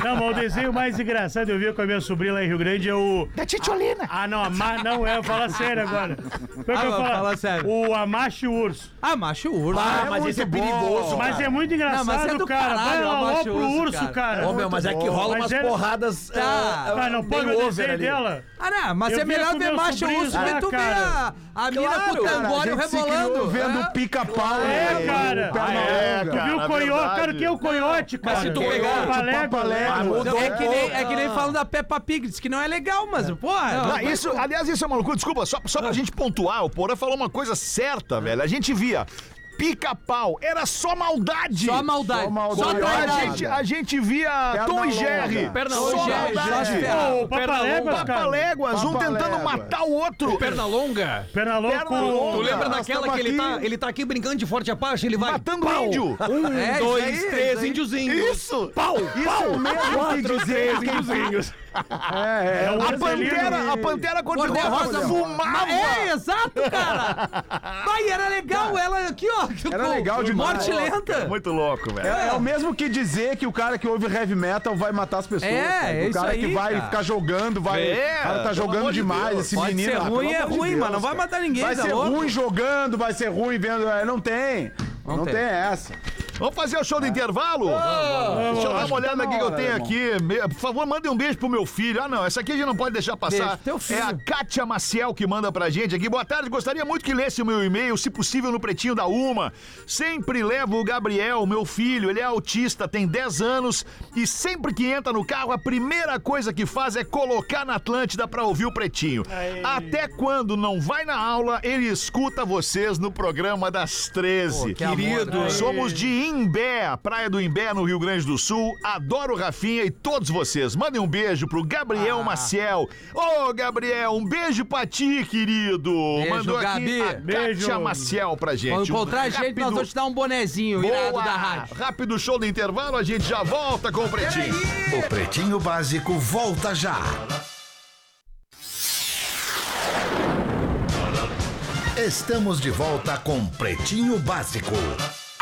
S6: Não, mas o desenho mais engraçado eu vi com a minha sobrinha lá em Rio Grande é o. Da Titiolina! Ah, não, mas não é, eu falo sério agora. Pior que
S4: Ah,
S6: eu
S4: mas
S6: falo,
S4: fala sério.
S6: O Amache Urso.
S4: Ah, macho urso.
S5: Ah, mas esse é perigoso.
S6: Mas
S5: cara.
S6: é muito engraçado,
S4: Não, mas é do
S6: cara.
S4: caralho,
S6: Vai
S4: o
S6: lá, ó
S4: Amache
S6: pro
S4: Urso,
S6: urso,
S4: cara.
S6: cara.
S5: Ô, meu, mas é que rola
S6: Mas
S5: umas
S6: era-
S5: porradas.
S4: Tá.
S5: ah,
S6: Ah, não pode
S5: meio
S6: o
S5: over
S6: desenho
S5: ali.
S6: dela.
S4: Ah, não, mas
S6: Eu
S4: é
S6: via
S4: melhor
S6: com
S4: ver
S6: meus
S4: macho
S6: sobrinhos,
S4: urso
S6: né,
S4: do que a,
S6: cara?
S4: a mina
S5: Claro,
S4: com o
S5: cara, a
S4: tangório
S7: gente se criou
S4: rebolando.
S7: Tá vendo
S4: É.
S7: o pica-pau.
S6: É, cara.
S7: O Papa
S6: Ah,
S7: Longa.
S6: Tu viu o
S2: cara,
S6: coiote?
S2: verdade.
S6: Cara, o que é o coiote, cara?
S3: se tu
S6: Que é o
S3: pegar-
S6: Papalégua.
S7: Ah, mudou.
S4: Não, é, que nem, é que nem falam da Peppa Pig, diz que não é legal, mas, porra.
S2: Ah, isso, aliás, isso é uma loucura. Desculpa, só, só pra gente pontuar, o Porã falou uma coisa certa, velho. A gente via pica-pau, era só maldade.
S4: Só maldade. Só,
S7: Só maldade.
S2: Só a,
S4: trairagem.
S2: gente, a gente via
S7: Perna
S2: Tom e
S7: longa.
S2: Jerry.
S3: Perna
S2: só
S4: longa. Jorge
S2: maldade.
S4: Ferrari.
S6: Ô, O Papaléguas, cara.
S2: Papaléguas, um tentando
S7: Papaléguas.
S2: matar o outro.
S3: Perna longa.
S6: Perna
S2: longa.
S3: Tu
S6: louco.
S3: lembra
S7: nós
S3: daquela
S7: tamo
S3: que ele
S7: aqui.
S3: tá, ele tá aqui brincando de forte apache, ele vai...
S2: Matando
S3: pau.
S2: índio.
S3: Um,
S4: É, isso aí,
S3: dois,
S4: isso
S3: três
S4: aí.
S3: índiozinhos.
S2: Isso!
S3: Pau,
S7: Isso é o
S3: pau,
S7: mesmo que
S3: quatro,
S7: dizer
S3: três índiozinhos.
S7: É, é.
S6: o
S2: A
S6: Angelino
S2: pantera, a pantera cor-de-rosa
S4: Cor-de-rosa.
S2: fumava.
S4: É, exato, cara! Vai, era legal ela aqui, ó.
S7: Era legal
S4: de
S7: demais.
S4: Morte lenta.
S2: Muito louco, velho.
S7: É, é o mesmo que dizer que o cara que ouve heavy metal vai matar as pessoas.
S4: É,
S7: cara.
S4: é
S7: O
S4: isso
S7: cara
S4: aí,
S7: que vai
S4: cara.
S7: ficar jogando, vai.
S2: É,
S7: o cara
S2: pelo
S7: tá
S2: amor
S7: jogando
S2: de
S7: demais,
S2: Deus.
S7: esse
S4: Pode
S7: menino.
S4: ser
S7: Ah,
S4: ruim,
S7: pelo
S4: é
S7: amor de
S4: ruim,
S7: Deus,
S4: mas não vai
S7: cara.
S4: matar ninguém,
S7: Vai
S4: tá
S7: ser
S4: louco?
S7: ruim jogando, vai ser ruim vendo. é, não tem.
S4: Não
S7: Não,
S4: tem.
S7: tem. essa.
S2: Vamos fazer o show
S4: É.
S2: do intervalo? Deixa eu dar uma olhada
S4: tá
S2: aqui que eu
S7: hora,
S2: tenho
S7: irmão.
S2: aqui. Me- Por favor, mandem um beijo pro meu filho. Ah, não, essa aqui a gente não pode deixar
S4: Beijo
S2: passar.
S4: pro teu filho.
S2: É a Kátia Maciel que manda pra gente aqui. Boa tarde, gostaria muito que lesse o meu e-mail, se possível, no Pretinho da Uma. Sempre levo o Gabriel, meu filho. Ele é autista, tem 10 anos e sempre que entra no carro, a primeira coisa que faz é colocar na Atlântida pra ouvir o Pretinho.
S6: Aí.
S2: Até quando não vai na aula, ele escuta vocês no programa das 13.
S4: que amor,
S2: Querido,
S4: né?
S2: somos de Imbé, Praia do Imbé, no Rio Grande do Sul. Adoro o Rafinha e todos vocês. Mandem um beijo pro Gabriel
S4: Ah.
S2: Maciel. Ô, Gabriel, um beijo pra ti, querido.
S4: Beijo,
S2: Mandou aqui
S4: Gabi.
S2: a
S6: Beijo.
S2: Kátia Maciel pra gente. Um
S4: Quando encontrar a gente, nós
S2: Rápido-
S4: vamos te dar um bonezinho irado
S2: Boa!
S4: da rádio.
S2: Rápido show do intervalo, a gente já volta com o Pretinho.
S1: O Pretinho Básico volta já. Estamos de volta com Pretinho Básico.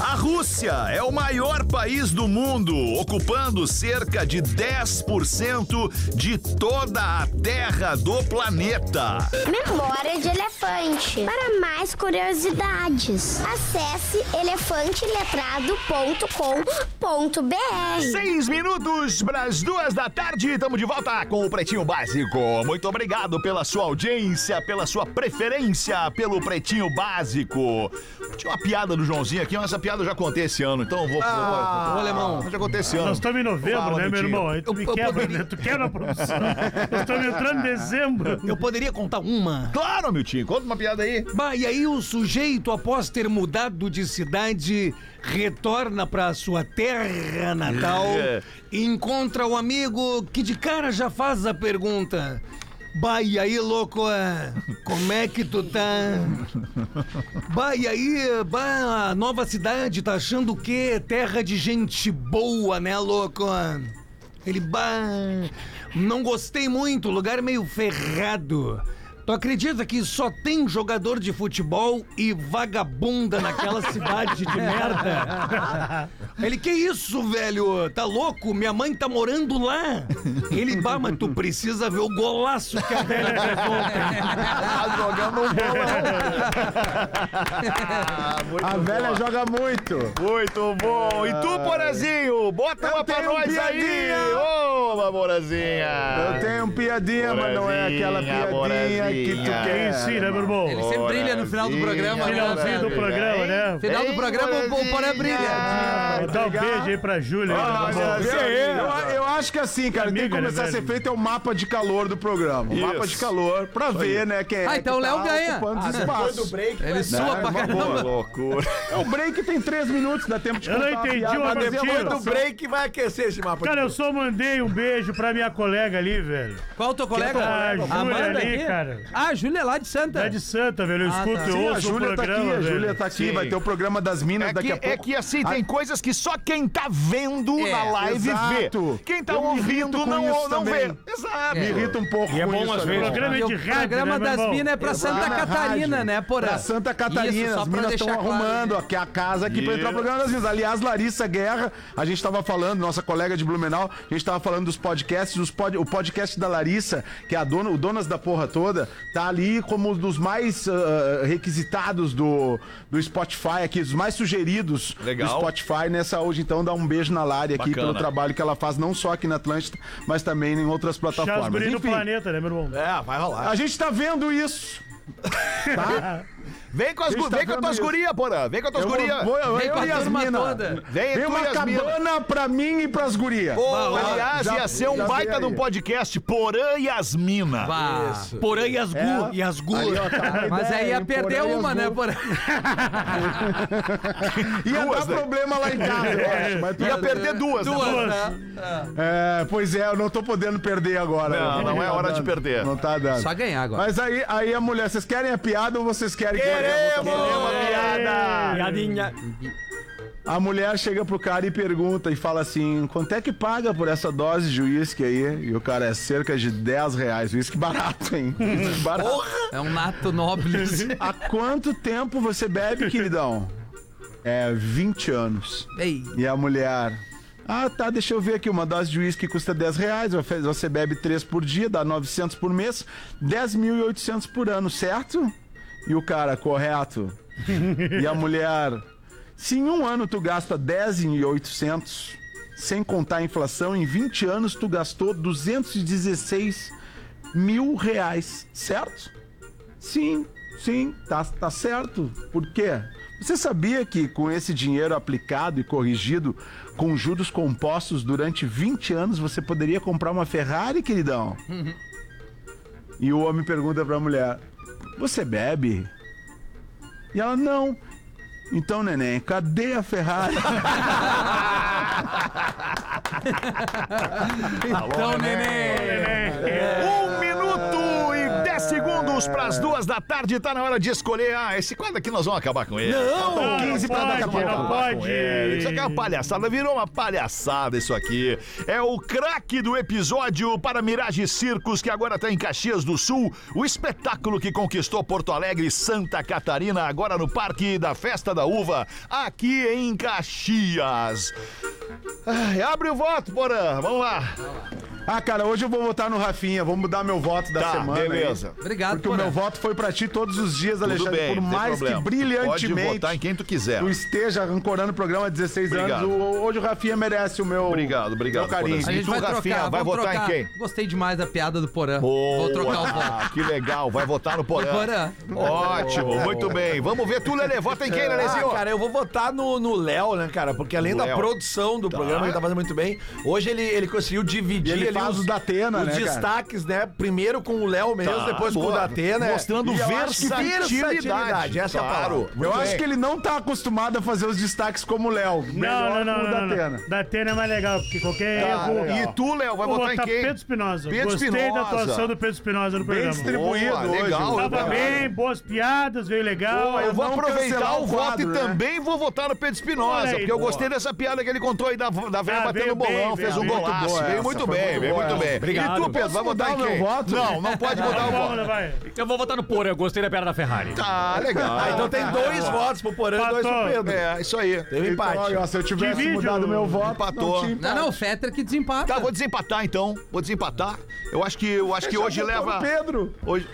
S2: A Rússia é o maior país do mundo, ocupando cerca de 10% de toda a terra do planeta.
S10: Memória de Elefante. Para mais curiosidades, acesse elefanteletrado.com.br.
S2: Seis minutos para as duas da tarde, estamos de volta com o Pretinho Básico. Muito obrigado pela sua audiência, pela sua preferência pelo Pretinho Básico. Tinha uma piada do Joãozinho aqui, mas essa piada eu já contei esse ano, então eu vou.
S3: Ô, alemão.
S2: vou já contei esse ano.
S6: Nós estamos em novembro,
S2: Fala,
S6: né, meu
S2: Vitinho.
S6: irmão? Aí tu me
S3: Eu- eu
S6: quebra,
S3: poderia-
S6: né? Tu quebra a produção. Nós estamos entrando em dezembro.
S3: Eu poderia contar uma?
S2: Claro, meu tio, conta uma piada aí.
S3: Bah, e aí o sujeito, após ter mudado de cidade, retorna pra sua terra natal
S2: É.
S3: e encontra o amigo que de cara já faz a pergunta. Bah, e aí, louco, é? como é que tu tá? Bah, e aí, bah, a nova cidade tá achando o quê? Terra de gente boa, né, louco? Ele, bah, não gostei muito, lugar meio ferrado. Tu acredita que só tem jogador de futebol e vagabunda naquela cidade de merda? Ele, que isso, velho? Tá louco? Minha mãe tá morando lá. Ele, bah, mas tu precisa ver o golaço que a velha fez ontem.
S5: Tá jogando um bolão.
S7: A velha joga muito.
S2: Muito bom. E tu, Porazinho, bota
S7: Eu
S2: uma pra
S7: tenho
S2: nós
S7: piadinha.
S2: aí. Ô, uma
S7: Eu
S2: Morazinha.
S7: tenho um piadinha, mas não é aquela piadinha
S2: Morazinha,
S7: que tu
S2: Morazinha.
S6: É
S7: quer.
S6: isso, né, meu irmão?
S4: Ele sempre brilha no final do programa. né,
S6: Finalzinho do
S4: velho?
S6: programa, né?
S4: Final do programa, o- o Porã brilha.
S6: Vou dar um beijo aí pra Júlia. né,
S7: Ah,
S6: meu irmão?
S7: Eu, é eu- eu acho que assim, cara, tem que
S6: Amiga, né,
S7: começar a ser
S6: velho?
S7: feito é o mapa de calor do programa. O mapa de calor, pra ver, né, quem é.
S4: Ah, então
S7: que
S4: o Léo
S7: tá
S4: ganha.
S7: ocupando Né?
S4: Ah,
S7: os
S5: Depois
S7: espaços.
S5: do break,
S4: Ele sua pra caramba.
S2: Loucura.
S7: O break tem três minutos, dá tempo de
S6: Eu não
S7: contar uma
S6: entendi
S7: piada,
S6: o
S7: mas
S6: motivo.
S7: depois
S5: do break vai aquecer esse mapa.
S6: Cara, eu só mandei um beijo pra minha colega ali, velho.
S4: Qual o é teu colega?
S6: A Júlia
S4: Amanda
S6: ali,
S4: aqui?
S6: cara.
S4: Ah, a Júlia é lá de Santa.
S6: É de Santa, velho. Eu
S4: Ah,
S6: escuto,
S4: tá.
S6: eu
S7: Sim, a
S6: ouço o
S7: Júlia tá aqui,
S6: programa,
S7: a
S6: velho.
S7: Júlia tá aqui,
S2: Sim.
S7: vai ter o programa das minas
S2: É
S7: daqui
S2: que,
S7: a pouco.
S2: é que assim, tem coisas que só quem tá vendo
S4: É,
S2: na live
S7: exato.
S2: vê. Quem tá
S7: Eu me irrito
S2: ouvindo
S7: com
S2: não,
S7: isso
S2: não vê.
S7: também.
S2: Exato.
S7: Me irrita um pouco
S3: é
S7: com
S3: bom
S7: isso,
S3: às
S7: né?
S3: vezes.
S6: Programa de
S4: E o
S6: rádio,
S4: programa
S6: né, meu
S4: das
S6: irmão?
S4: minas é pra Santa
S7: Programa
S4: Catarina,
S7: rádio.
S4: né, Porã?
S7: Pra Santa Catarina,
S4: Isso, só
S7: as
S4: pra
S7: minas estão
S4: deixar claro,
S7: arrumando
S4: né?
S7: aqui a casa aqui pra
S2: Yeah.
S7: entrar o programa das minas. Aliás, Larissa Guerra, a gente tava falando, nossa colega de Blumenau, a gente tava falando dos podcasts, os pod- o podcast da Larissa, que é a dona, o Donas da Porra Toda, tá ali como um dos mais ah, requisitados do, do Spotify aqui, dos mais sugeridos
S2: Legal.
S7: do Spotify nessa hoje. Então dá um beijo na Lari aqui
S2: Bacana.
S7: pelo trabalho que ela faz, não só aqui na Atlântida, mas também em outras
S6: Chá os
S7: plataformas.
S6: guri do
S7: Enfim,
S6: planeta, né, meu irmão?
S5: É, vai rolar.
S7: a gente tá vendo isso.
S2: Vem com as,
S7: Quem
S2: gu-
S7: tá
S2: vem com as
S7: vendo
S2: tuas
S7: isso?
S2: gurias, Porã. Vem com as tuas
S7: Eu vou-
S2: gurias.
S7: vou- eu-
S4: Vem
S7: eu
S4: com a
S7: e as
S4: turma
S7: mina.
S4: toda.
S2: Vem,
S7: Vem
S2: tu
S7: uma
S2: e as minas.
S7: cabana pra mim e pras gurias.
S2: Aliás,
S7: já-
S2: ia ser um
S7: já
S2: baita
S7: sei
S2: de um
S7: aí.
S2: podcast. Porã e as mina.
S4: Bah.
S3: Porã e as gu, e as gu.
S7: tá.
S4: Mas
S6: é,
S4: aí ia perder uma, né, Porã?
S7: Ia
S2: Duas,
S7: dar
S2: né?
S7: problema lá em casa, eu acho. É, Mas tudo
S2: Ia
S7: bem.
S2: perder duas, né?
S4: Duas, né?
S7: É, pois é, eu não tô podendo perder agora.
S2: Não,
S7: né?
S2: não é
S7: tá
S2: hora de
S7: dando.
S2: perder.
S7: Não tá dando.
S4: É Só ganhar agora.
S7: Mas aí, aí a mulher, vocês querem a piada ou vocês querem que eu dê a
S2: Queremos
S7: volta?
S2: uma piada.
S3: Piadinha.
S7: A mulher chega pro cara e pergunta e fala assim: quanto é que paga por essa dose de uísque aí? E o cara é cerca de 10 reais. Uísque barato, hein? Uísque barato.
S4: É um nato noblis.
S7: Há quanto tempo você bebe, queridão? É 20 anos.
S4: Ei,
S7: E a mulher. Ah, tá, deixa eu ver aqui. Uma dose de uísque custa 10 reais. Você- Você bebe 3 por dia, dá 900 por mês, 10.800 por ano, certo? E o cara, correto. E a mulher. Se em um ano tu gasta 10.800, sem contar a inflação, em 20 anos tu gastou 216 mil reais, certo? Sim, sim, tá, tá certo. Por quê? Você sabia que com esse dinheiro aplicado e corrigido com juros compostos durante 20 anos você poderia comprar uma Ferrari, queridão? E o homem pergunta pra mulher: Você bebe? E ela: Não. Então, neném, cadê a Ferrari?
S4: então, neném. Então,
S6: né?
S2: É. Um minuto e dez segundos minutos para as duas da tarde, tá na hora de escolher. Ah, esse quadro aqui nós vamos acabar com ele. Tá
S6: Não,
S2: 15 para daqui a
S6: pode,
S2: pouco.
S6: não
S2: acabar com
S6: pode.
S2: ele. Isso aqui é uma palhaçada, virou uma palhaçada isso aqui. É o craque do episódio para Mirage Circos, que agora tá em Caxias do Sul. O espetáculo que conquistou Porto Alegre e Santa Catarina, agora no Parque da Festa da Uva, aqui em Caxias. Ai, abre o voto, Porã. Vamos lá.
S7: Ah, cara, hoje eu vou votar no Rafinha, vou mudar meu voto da
S2: Tá,
S7: semana. aí.
S2: beleza.
S4: Obrigado,
S7: Porque o
S4: Porã.
S7: meu voto foi pra ti todos os dias,
S2: Tudo
S7: Alexandre.
S2: bem,
S7: por
S2: não tem
S7: mais que
S2: problema.
S7: brilhantemente
S2: Pode votar em quem tu quiser.
S7: tu esteja ancorando o programa há 16
S2: Obrigado.
S7: anos, o- hoje o Rafinha merece o meu.
S2: Obrigado, obrigado,
S7: Meu carinho.
S2: Fodas.
S4: A
S2: E
S4: gente
S2: tu,
S4: vai trocar,
S2: Rafinha, vai
S4: vamos
S2: votar em
S4: trocar.
S2: quem?
S4: Gostei demais da piada do Porã.
S2: Boa,
S4: Vou trocar o voto.
S2: Que legal, vai votar no Porã.
S4: Porã.
S2: Ótimo, muito bem. Vamos ver, tu, Lele, vota em quem, Lelezinho?
S5: Ah, cara, eu vou votar no no Léo, né, cara? Porque além da
S2: Léo.
S5: produção do programa, ele tá fazendo muito bem. Hoje ele, ele conseguiu dividir
S7: E ele
S5: ali
S7: faz os da Atena,
S5: os
S7: né, cara?
S5: destaques, né? Primeiro com o Léo mesmo,
S2: Tá,
S5: depois com
S2: boa.
S5: o da Atena.
S2: Mostrando
S5: E eu acho que
S2: versatilidade.
S5: Essa é a
S2: Claro.
S5: palavra.
S7: Eu
S2: Muito
S7: acho
S2: bem.
S7: que ele não tá acostumado a fazer os destaques como o Léo.
S6: Não, não,
S7: Melhor
S6: não.
S7: que o da
S6: não, não.
S7: Atena.
S6: Da Atena é mais legal, porque qualquer
S2: Tá,
S6: erro.
S2: E tu, Léo, vai
S6: Vou
S2: votar em
S5: tá
S6: botar
S2: quem?
S6: Pedro Espinosa.
S2: Pedro
S6: Gostei da
S2: Espinosa.
S6: atuação do Pedro Espinosa no programa.
S7: distribuído.
S2: Boa,
S7: hoje.
S2: legal.
S7: Tava
S2: legal.
S6: Tava bem, boas piadas, veio legal.
S2: Boa, eu vou
S7: não
S2: aproveitar
S7: cancelar
S2: o
S7: o
S2: voto
S7: quadro,
S2: e
S7: né?
S2: também vou votar no Pedro
S6: Olha
S2: Espinosa,
S6: aí,
S2: porque eu
S6: boa.
S2: gostei dessa piada que ele contou aí da, da velha
S6: Ah,
S2: batendo
S6: veio
S2: o bolão,
S6: bem,
S2: fez um
S6: veio muito
S2: golaço.
S7: boa
S2: veio
S7: essa,
S2: muito
S7: foi
S2: bem,
S7: muito
S2: veio
S7: boa
S2: muito
S7: essa.
S2: bem.
S7: Obrigado.
S2: E tu, Pedro, vai
S7: Posso
S2: votar em
S7: mudar o
S2: quem?
S7: meu voto?
S2: Não, não pode mudar o
S6: Fórmula,
S2: um voto.
S6: Tá vai.
S3: Eu vou votar no Porã, eu gostei da piada da Ferrari.
S2: Tá, legal.
S5: Ah, então tem dois votos pro Porã e dois pro
S6: Empatou.
S5: Pedro.
S2: É, isso aí.
S5: Teve
S7: Então,
S5: empate.
S7: olha, ó, se eu tivesse
S6: Divide
S7: mudado
S6: o-
S7: meu voto,
S2: empatou.
S7: não tinha
S4: Não, não, o Fetter que desempata.
S2: Tá, vou desempatar então. Vou desempatar. Eu acho que, eu acho que
S7: Já
S2: hoje
S7: votou no
S2: leva.
S7: Pedro.
S2: Hoje.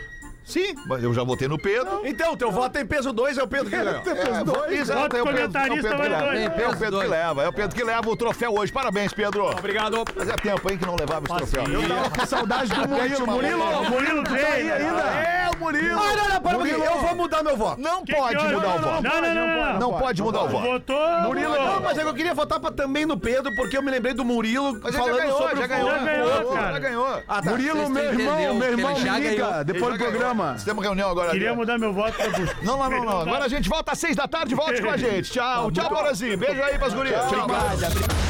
S2: Sim, mas eu já votei no Pedro.
S5: Então, teu voto tem peso dois, é o Pedro que ganhou.
S7: Você fez dois.
S2: Exato, é o Pedro, é o Pedro
S6: comentarista,
S2: que
S6: vai
S2: leva.
S6: dois.
S2: É o Pedro que leva. É o Pedro que leva o troféu hoje. Parabéns, Pedro.
S3: Obrigado.
S2: Fazia tempo, hein, que não levava esse troféu. Eu tava
S7: Com saudade do Murilo. Murilo,
S6: Tá O né? Murilo
S5: Tá
S6: veio.
S2: É, o Murilo.
S5: Ah, não, não, para um pouquinho. Eu vou mudar meu voto.
S2: Não
S6: Que
S2: pode
S6: que hora?
S2: mudar o
S6: Não,
S2: voto.
S6: Não, não, não, não.
S2: Não pode mudar o voto.
S6: Votou.
S5: Murilo,
S6: mudou.
S5: não, mas é que eu queria votar pra, também no Pedro, porque eu me lembrei do Murilo
S2: Mas ele
S5: falando
S2: já ganhou,
S5: sobre
S2: já
S5: o
S2: ganhou.
S6: Já ganhou,
S2: Já
S6: cara.
S2: ganhou.
S5: Ah, tá.
S7: Murilo,
S4: Vocês
S7: meu
S4: entenderam
S7: irmão,
S4: que
S7: meu
S4: ele
S7: irmão, me
S4: já ganhou.
S7: liga depois do
S2: Já ganhou.
S7: programa.
S2: Fizemos reunião agora.
S6: Queria
S2: né?
S6: mudar meu voto. pra você.
S2: Não, não, não, não. Agora a gente volta às seis da tarde. Volte com a gente. Tchau. Tchau, Borazinho. Beijo aí pras gurias. Tchau.